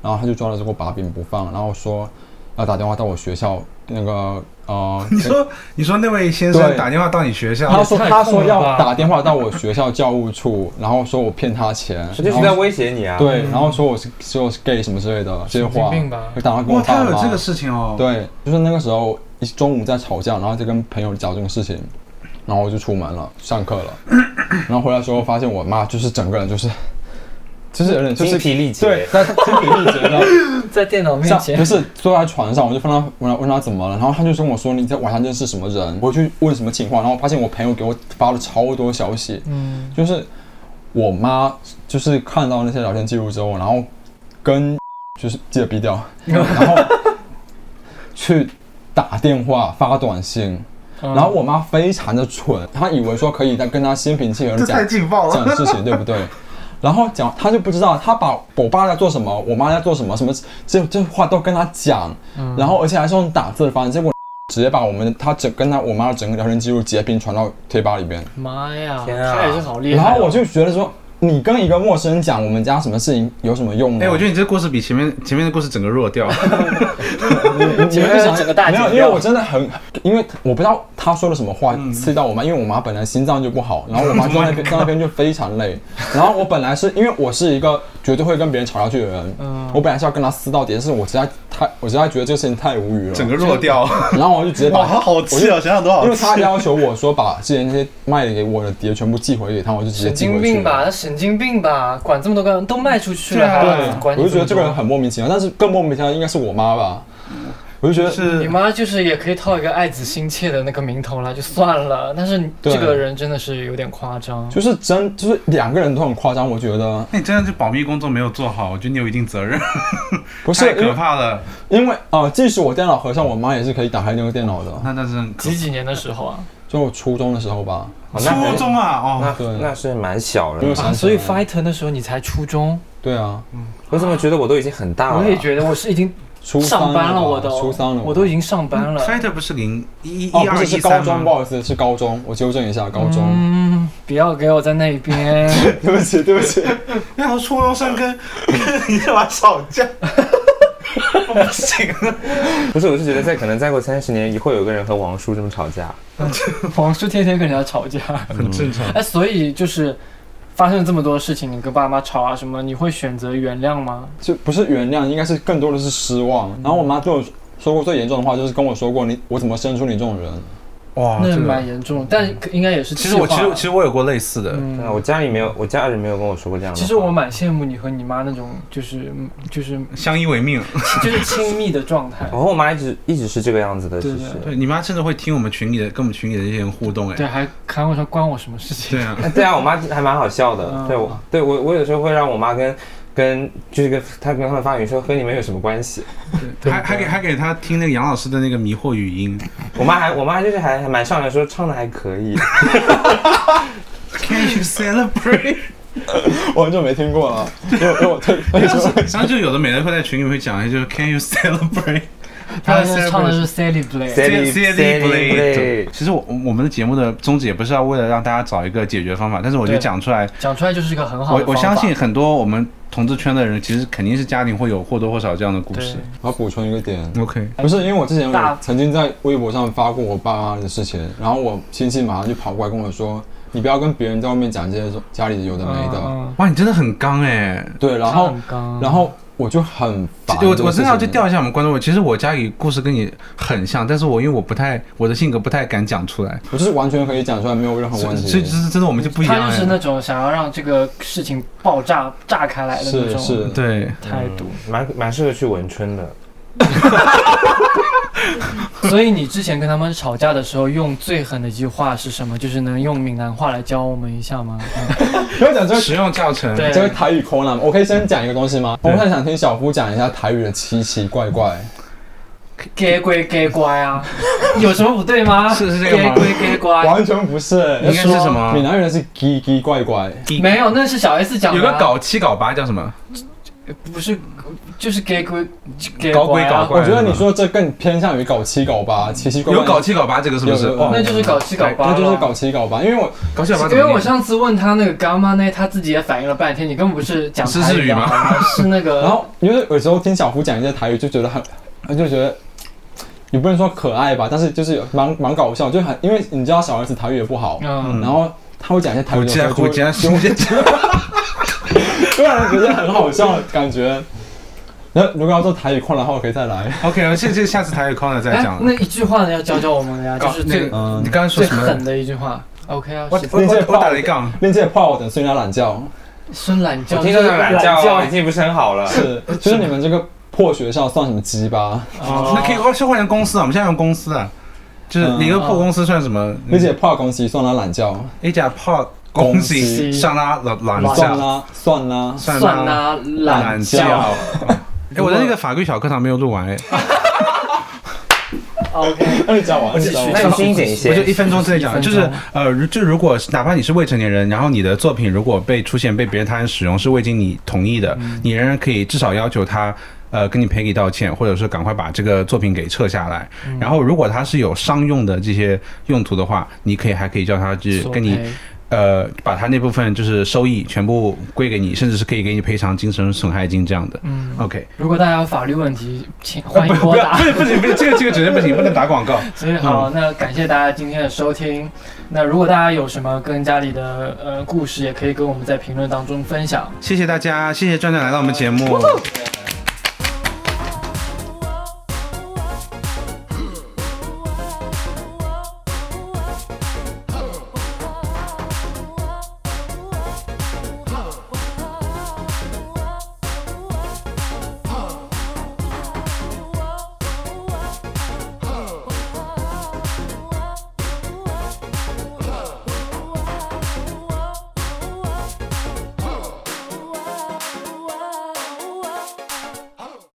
Speaker 1: 然后他就抓了这个把柄不放，然后说要打电话到我学校那个呃
Speaker 5: 你说你说那位先生
Speaker 1: 对
Speaker 5: 打电话到你学
Speaker 1: 他
Speaker 5: 校，
Speaker 1: 说
Speaker 3: 也太
Speaker 1: 他说
Speaker 3: 空了
Speaker 1: 要
Speaker 3: 吧
Speaker 1: 打电话到我学校教务处， 然后说我骗他钱，
Speaker 2: 这就是
Speaker 1: 然
Speaker 2: 在
Speaker 1: 后
Speaker 2: 威胁你啊！，
Speaker 1: 对，然后说我是说我是 gay 什么之类的这些
Speaker 3: 神经
Speaker 1: 话，
Speaker 3: 病吧
Speaker 1: 就打电话给我
Speaker 5: 哇，
Speaker 1: 爸
Speaker 5: 他有
Speaker 1: 妈
Speaker 5: 这个。事情哦，，
Speaker 1: 对，就是那个时候一中午在吵架，然后就跟朋友讲这种事情，然后我就出门了，上课 了，然后回来的时候发现我妈就是整个人就是，就是有点就是
Speaker 2: 精疲力竭
Speaker 1: 对，她精疲力竭 的。
Speaker 3: 在电脑面
Speaker 1: 像
Speaker 3: 前
Speaker 1: 不，是坐在床上，我就问他问他问他怎么了，然后他就跟我说你在网上认识什么人，我去问什么情况，然后发现我朋友给我发了超多消息，
Speaker 3: 嗯，
Speaker 1: 就是我妈就是看到那些聊天记录之后，然后跟就是记得 逼掉，然后去打电话发短信，
Speaker 3: 嗯
Speaker 1: 然后我妈非常的蠢，她以为说可以再跟她心平气和的
Speaker 6: 这
Speaker 1: 讲
Speaker 6: 太劲爆了
Speaker 1: 讲事情，对不对？然后讲，她就不知道，她把我爸在做什么，我妈在做什么，什么这这话都跟她讲，
Speaker 6: 嗯
Speaker 1: 然后而且还是用打字的方式，结果直接把我们她整跟她我妈的整个聊天记录截屏传到贴吧里边，
Speaker 3: 妈呀，
Speaker 2: 天啊
Speaker 3: 他也是好厉害
Speaker 1: 然
Speaker 3: 哦。
Speaker 1: 后我就觉得说，你跟一个陌生人讲我们家什么事情有什么用呢？
Speaker 5: 哎，我觉得你这故事比前面前面的故事整个 弱掉。
Speaker 1: 你
Speaker 3: 前面就想整个大
Speaker 1: 没
Speaker 3: 剪
Speaker 1: 有，
Speaker 3: 掉
Speaker 1: 因为我真的很，因为我不知道他说了什么话刺激到我妈，因为我妈本来心脏就不好，然后我妈在那边在那边就非常累，然后我本来是因为我是一个绝对会跟别人吵下去的人，我本来是要跟他撕到底，但是我实在太，我实在觉得这个事情太无语了，
Speaker 6: 整个弱掉，
Speaker 1: 然后我就直接 把
Speaker 6: 哇，好好气啊！想想都好
Speaker 1: 因为
Speaker 6: 气。
Speaker 1: 他要求我说把之前那些卖给我的碟全部寄回给他，我就直接
Speaker 3: 神
Speaker 1: 寄回去
Speaker 3: 经
Speaker 1: 了。
Speaker 3: 病吧，他神经病吧，管这么多干都卖出去了，还
Speaker 1: 对，
Speaker 3: 管你
Speaker 1: 我就觉得
Speaker 3: 啊这
Speaker 1: 这
Speaker 3: 么多
Speaker 1: 个人很莫名其妙，但是更莫名其妙应该是我妈吧，我就觉得
Speaker 3: 你
Speaker 5: 是
Speaker 3: 妈就是也可以套一个爱子心切的那个名头啦，就算了。但是你
Speaker 1: 对
Speaker 3: 这个人真的是有点夸张，
Speaker 1: 就是真就是两个人都很夸张，我觉得
Speaker 5: 那你真的是保密工作没有做好，我觉得你有一定责任，
Speaker 1: 不是
Speaker 5: 太
Speaker 1: 因
Speaker 5: 可
Speaker 1: 为
Speaker 5: 怕了。
Speaker 1: 因为呃，即使我电脑合上，我妈也是可以打开那个电脑的。
Speaker 5: 那那是很可
Speaker 3: 几几年的时候啊，
Speaker 1: 就我初中的时候吧，
Speaker 2: 哦那
Speaker 5: 初
Speaker 2: 很
Speaker 5: 中啊，哦，
Speaker 1: 对
Speaker 2: 那那是蛮小
Speaker 1: 没有
Speaker 2: 的。
Speaker 1: 想起来
Speaker 3: 啊所以 fighter 那时候你才初中，
Speaker 1: 对啊，
Speaker 2: 我怎么觉得我都已经很大了？
Speaker 3: 我也觉得我是已经
Speaker 1: 初三
Speaker 3: 上班了，
Speaker 1: 了吧
Speaker 3: 我都
Speaker 1: 初三了吧，
Speaker 3: 我都已经上班了。
Speaker 5: fighter 不是零一一
Speaker 1: 哦，
Speaker 5: 一
Speaker 1: 不
Speaker 5: 二
Speaker 1: 是
Speaker 5: 一
Speaker 1: 是高
Speaker 5: 三
Speaker 1: 中，不
Speaker 5: 吗？
Speaker 1: 好意思，是高中，我纠正一下，高中。
Speaker 3: 嗯，不要给我在那边，
Speaker 1: 对不起，对不起，
Speaker 5: 那时候哎初中生跟
Speaker 6: 你干嘛吵架？
Speaker 2: 不是，我是觉得在可能再过三十年，会有个人和王叔这么吵架。
Speaker 3: 黄叔天天跟人家吵架。
Speaker 5: 很正常。
Speaker 3: 哎，所以就是发生了这么多事情，你跟爸妈吵啊什么，你会选择原谅吗？
Speaker 1: 就不是原谅，应该是更多的是失望。然后我妈对我说过最严重的话，就是跟我说过你我怎么生出你这种人。
Speaker 5: 哇
Speaker 3: 那
Speaker 5: 啊这个
Speaker 3: 蛮严重，但可应该也是
Speaker 5: 其实我
Speaker 3: 气
Speaker 5: 其
Speaker 3: 话
Speaker 5: 实其实我有过类似的，
Speaker 3: 嗯
Speaker 2: 那我家里没有，我家人没有跟我说过这样的话。
Speaker 3: 其实我蛮羡慕你和你妈那种，就是嗯就是
Speaker 5: 相依为命。
Speaker 3: 就是亲密的状态
Speaker 2: 我。和我妈一直一直是这个样子的，
Speaker 3: 对
Speaker 2: 其
Speaker 3: 对
Speaker 2: 实。
Speaker 5: 对你妈甚至会听我们群里的，跟我们群里的一些人互动，
Speaker 3: 对，啊
Speaker 5: 哎，
Speaker 3: 还看我说关我什么事情？
Speaker 5: 对啊，
Speaker 2: 哎对啊，我妈还蛮好笑的。
Speaker 3: 嗯
Speaker 2: 对我，对我，我有时候会让我妈跟跟就是跟她跟他们发语说和你们有什么关系。
Speaker 5: 还还给还给他听那个杨老师的那个迷惑语音
Speaker 2: 我妈还我妈就是还还蛮上来说唱的还可以。
Speaker 5: ，Can you celebrate？
Speaker 1: 我很久没听过了，因为因为我 退退休了。
Speaker 5: 然后就有的美人会在群里面会讲一些，就是 Can you celebrate？
Speaker 3: 他是唱的是 Sally Blade，
Speaker 2: Celebrate
Speaker 5: 其实我我们的节目的宗旨也不是要为了让大家找一个解决方法，但是我觉得
Speaker 3: 对
Speaker 5: 讲出来，
Speaker 3: 讲出来就是一个很好的
Speaker 5: 我我
Speaker 3: 方法
Speaker 5: 相信很多我们同志圈的人，其实肯定是家庭会有或多或少这样的故
Speaker 3: 对
Speaker 5: 事。
Speaker 1: 我要补充一个点，
Speaker 5: OK，
Speaker 1: 不是因为我之前
Speaker 3: 大
Speaker 1: 我曾经在微博上发过我爸妈的事情，然后我亲戚马上就跑过来跟我说：“你不要跟别人在外面讲这些家里有的没的。
Speaker 3: 嗯
Speaker 5: 哇，你真的很刚哎、
Speaker 1: 对，然
Speaker 3: 他
Speaker 1: 后
Speaker 3: 很刚
Speaker 1: 然后我就很烦
Speaker 5: 我
Speaker 1: 这个
Speaker 5: 我
Speaker 1: 事情。
Speaker 5: 真的要去调一下我们观众位。其实我家里故事跟你很像，但是我因为我不太我的性格不太敢讲出来，
Speaker 1: 我就是完全可以讲出来，没有任何
Speaker 5: 所
Speaker 1: 问
Speaker 5: 以所以
Speaker 1: 题
Speaker 5: 就。是真的我们就不一样
Speaker 3: 他就是
Speaker 5: 哎。
Speaker 3: 那种想要让这个事情爆炸炸开来的那
Speaker 1: 是
Speaker 3: 种
Speaker 1: 是，
Speaker 5: 对，
Speaker 3: 态度。
Speaker 2: 嗯蛮蛮适合去文春的。
Speaker 3: 所以你之前跟他们吵架的时候，用最狠的一句话是什么？就是能用闽南话来教我们一下 吗？嗯
Speaker 1: 不要讲这个
Speaker 5: 实用教程。
Speaker 3: 对
Speaker 1: 这个台语空了。我可以先讲一个东西吗？我很想听小夫讲一下台语的奇奇怪怪。
Speaker 3: 给乖给乖啊，有什么不对吗？
Speaker 5: 是是这个吗
Speaker 3: 给乖给乖，
Speaker 1: 完全不是，
Speaker 5: 哎应该是什么
Speaker 1: 闽南语的是奇奇怪怪。
Speaker 3: 没有，那是小 S 讲
Speaker 5: 有
Speaker 3: 的啊。
Speaker 5: 个搞七搞八叫什么？
Speaker 3: 不是，就是给鬼给啊
Speaker 5: 搞鬼搞怪
Speaker 1: 我觉得你说这更偏向于搞七搞八，奇奇怪怪。
Speaker 5: 有搞七搞八这个是不是？
Speaker 1: 有有有
Speaker 5: 哦
Speaker 3: 那就是搞七搞八
Speaker 1: 那
Speaker 3: 了，嗯
Speaker 1: 就是搞七搞八，因为我
Speaker 5: 搞七搞八
Speaker 3: 因
Speaker 5: 怎么念，
Speaker 3: 为我上次问他那个干妈呢，他自己也反应了半天，你根本不是讲
Speaker 5: 是
Speaker 3: 台
Speaker 5: 日语
Speaker 3: 的
Speaker 5: 吗哦
Speaker 3: 好吗？ 是那个，
Speaker 1: 然后因为有时候听小胡讲一些台语，就觉得很，就觉得也不能说可爱吧，但是就是有蛮蛮搞笑，就很因为你知道小孩子台语也不好，
Speaker 3: 嗯，
Speaker 1: 然后他会讲一些台语
Speaker 5: 我
Speaker 1: 的
Speaker 5: 既
Speaker 1: 时
Speaker 5: 然
Speaker 1: 候
Speaker 5: 我
Speaker 1: 就
Speaker 5: 既
Speaker 1: 会，啊
Speaker 5: 然说
Speaker 1: 突然觉得很好笑，感觉。那如果要做台语控的话，我可以再来。
Speaker 5: OK，这这下次台语康了再
Speaker 3: 哎
Speaker 5: 讲，。
Speaker 3: 那一句话呢，要教教我们的呀，就
Speaker 5: 搞
Speaker 3: 是
Speaker 5: 那
Speaker 3: 最
Speaker 5: 个
Speaker 1: 嗯
Speaker 5: 你刚刚说
Speaker 3: 最
Speaker 5: 什么？
Speaker 3: 狠的一句话。OK 啊，
Speaker 5: 我
Speaker 3: 是
Speaker 5: 我我我打了一杠。
Speaker 1: 练界怕我等睡人家懒觉，
Speaker 3: 生懒觉，
Speaker 2: 我听到
Speaker 3: 就是
Speaker 2: 懒觉啊，已经不是很好了。
Speaker 1: 是就是你们这个破学校算什么鸡巴？
Speaker 3: 嗯
Speaker 5: 哦，那可以换是换成公司啊，我们现在用公司啊，就是你一个
Speaker 3: 哦
Speaker 5: 破公司算什么？
Speaker 1: 练界怕公司算他懒觉，
Speaker 5: 一家破公司上拉懒懒
Speaker 1: 算
Speaker 5: 觉，
Speaker 1: 啦算啦，
Speaker 3: 算啦，懒
Speaker 5: 懒觉。
Speaker 3: 觉。
Speaker 5: 哎，我的那个法律小课堂没有录完哎，
Speaker 3: OK，
Speaker 1: 那你讲完，
Speaker 3: 继
Speaker 1: 你讲
Speaker 3: 续
Speaker 1: 完
Speaker 2: 那你精简一
Speaker 5: 我就一
Speaker 2: 些。
Speaker 5: 分钟之内讲，
Speaker 3: 一分
Speaker 5: 就
Speaker 3: 钟
Speaker 5: 是呃，如就如果哪怕你是未成年人，然后你的作品如果被出现被别人他人使用是未经你同意的，你仍然可以至少要求他。呃，跟你赔礼道歉，或者是赶快把这个作品给撤下来。然后，如果它是有商用的这些用途的话，你可以还可以叫他去跟你呃，把他那部分就是收益全部归给你，甚至是可以给你赔偿精神损害金这样的。
Speaker 3: 嗯，
Speaker 5: OK，
Speaker 3: 如果大家有法律问题，请欢迎拨打。
Speaker 5: 不是不行不行，这个这个绝对不行，不能打广告。
Speaker 3: 所以好，那感谢大家今天的收听。那如果大家有什么跟家里的呃故事，也可以跟我们在评论当中分享。
Speaker 5: 谢谢大家，谢谢转转来到我们节目。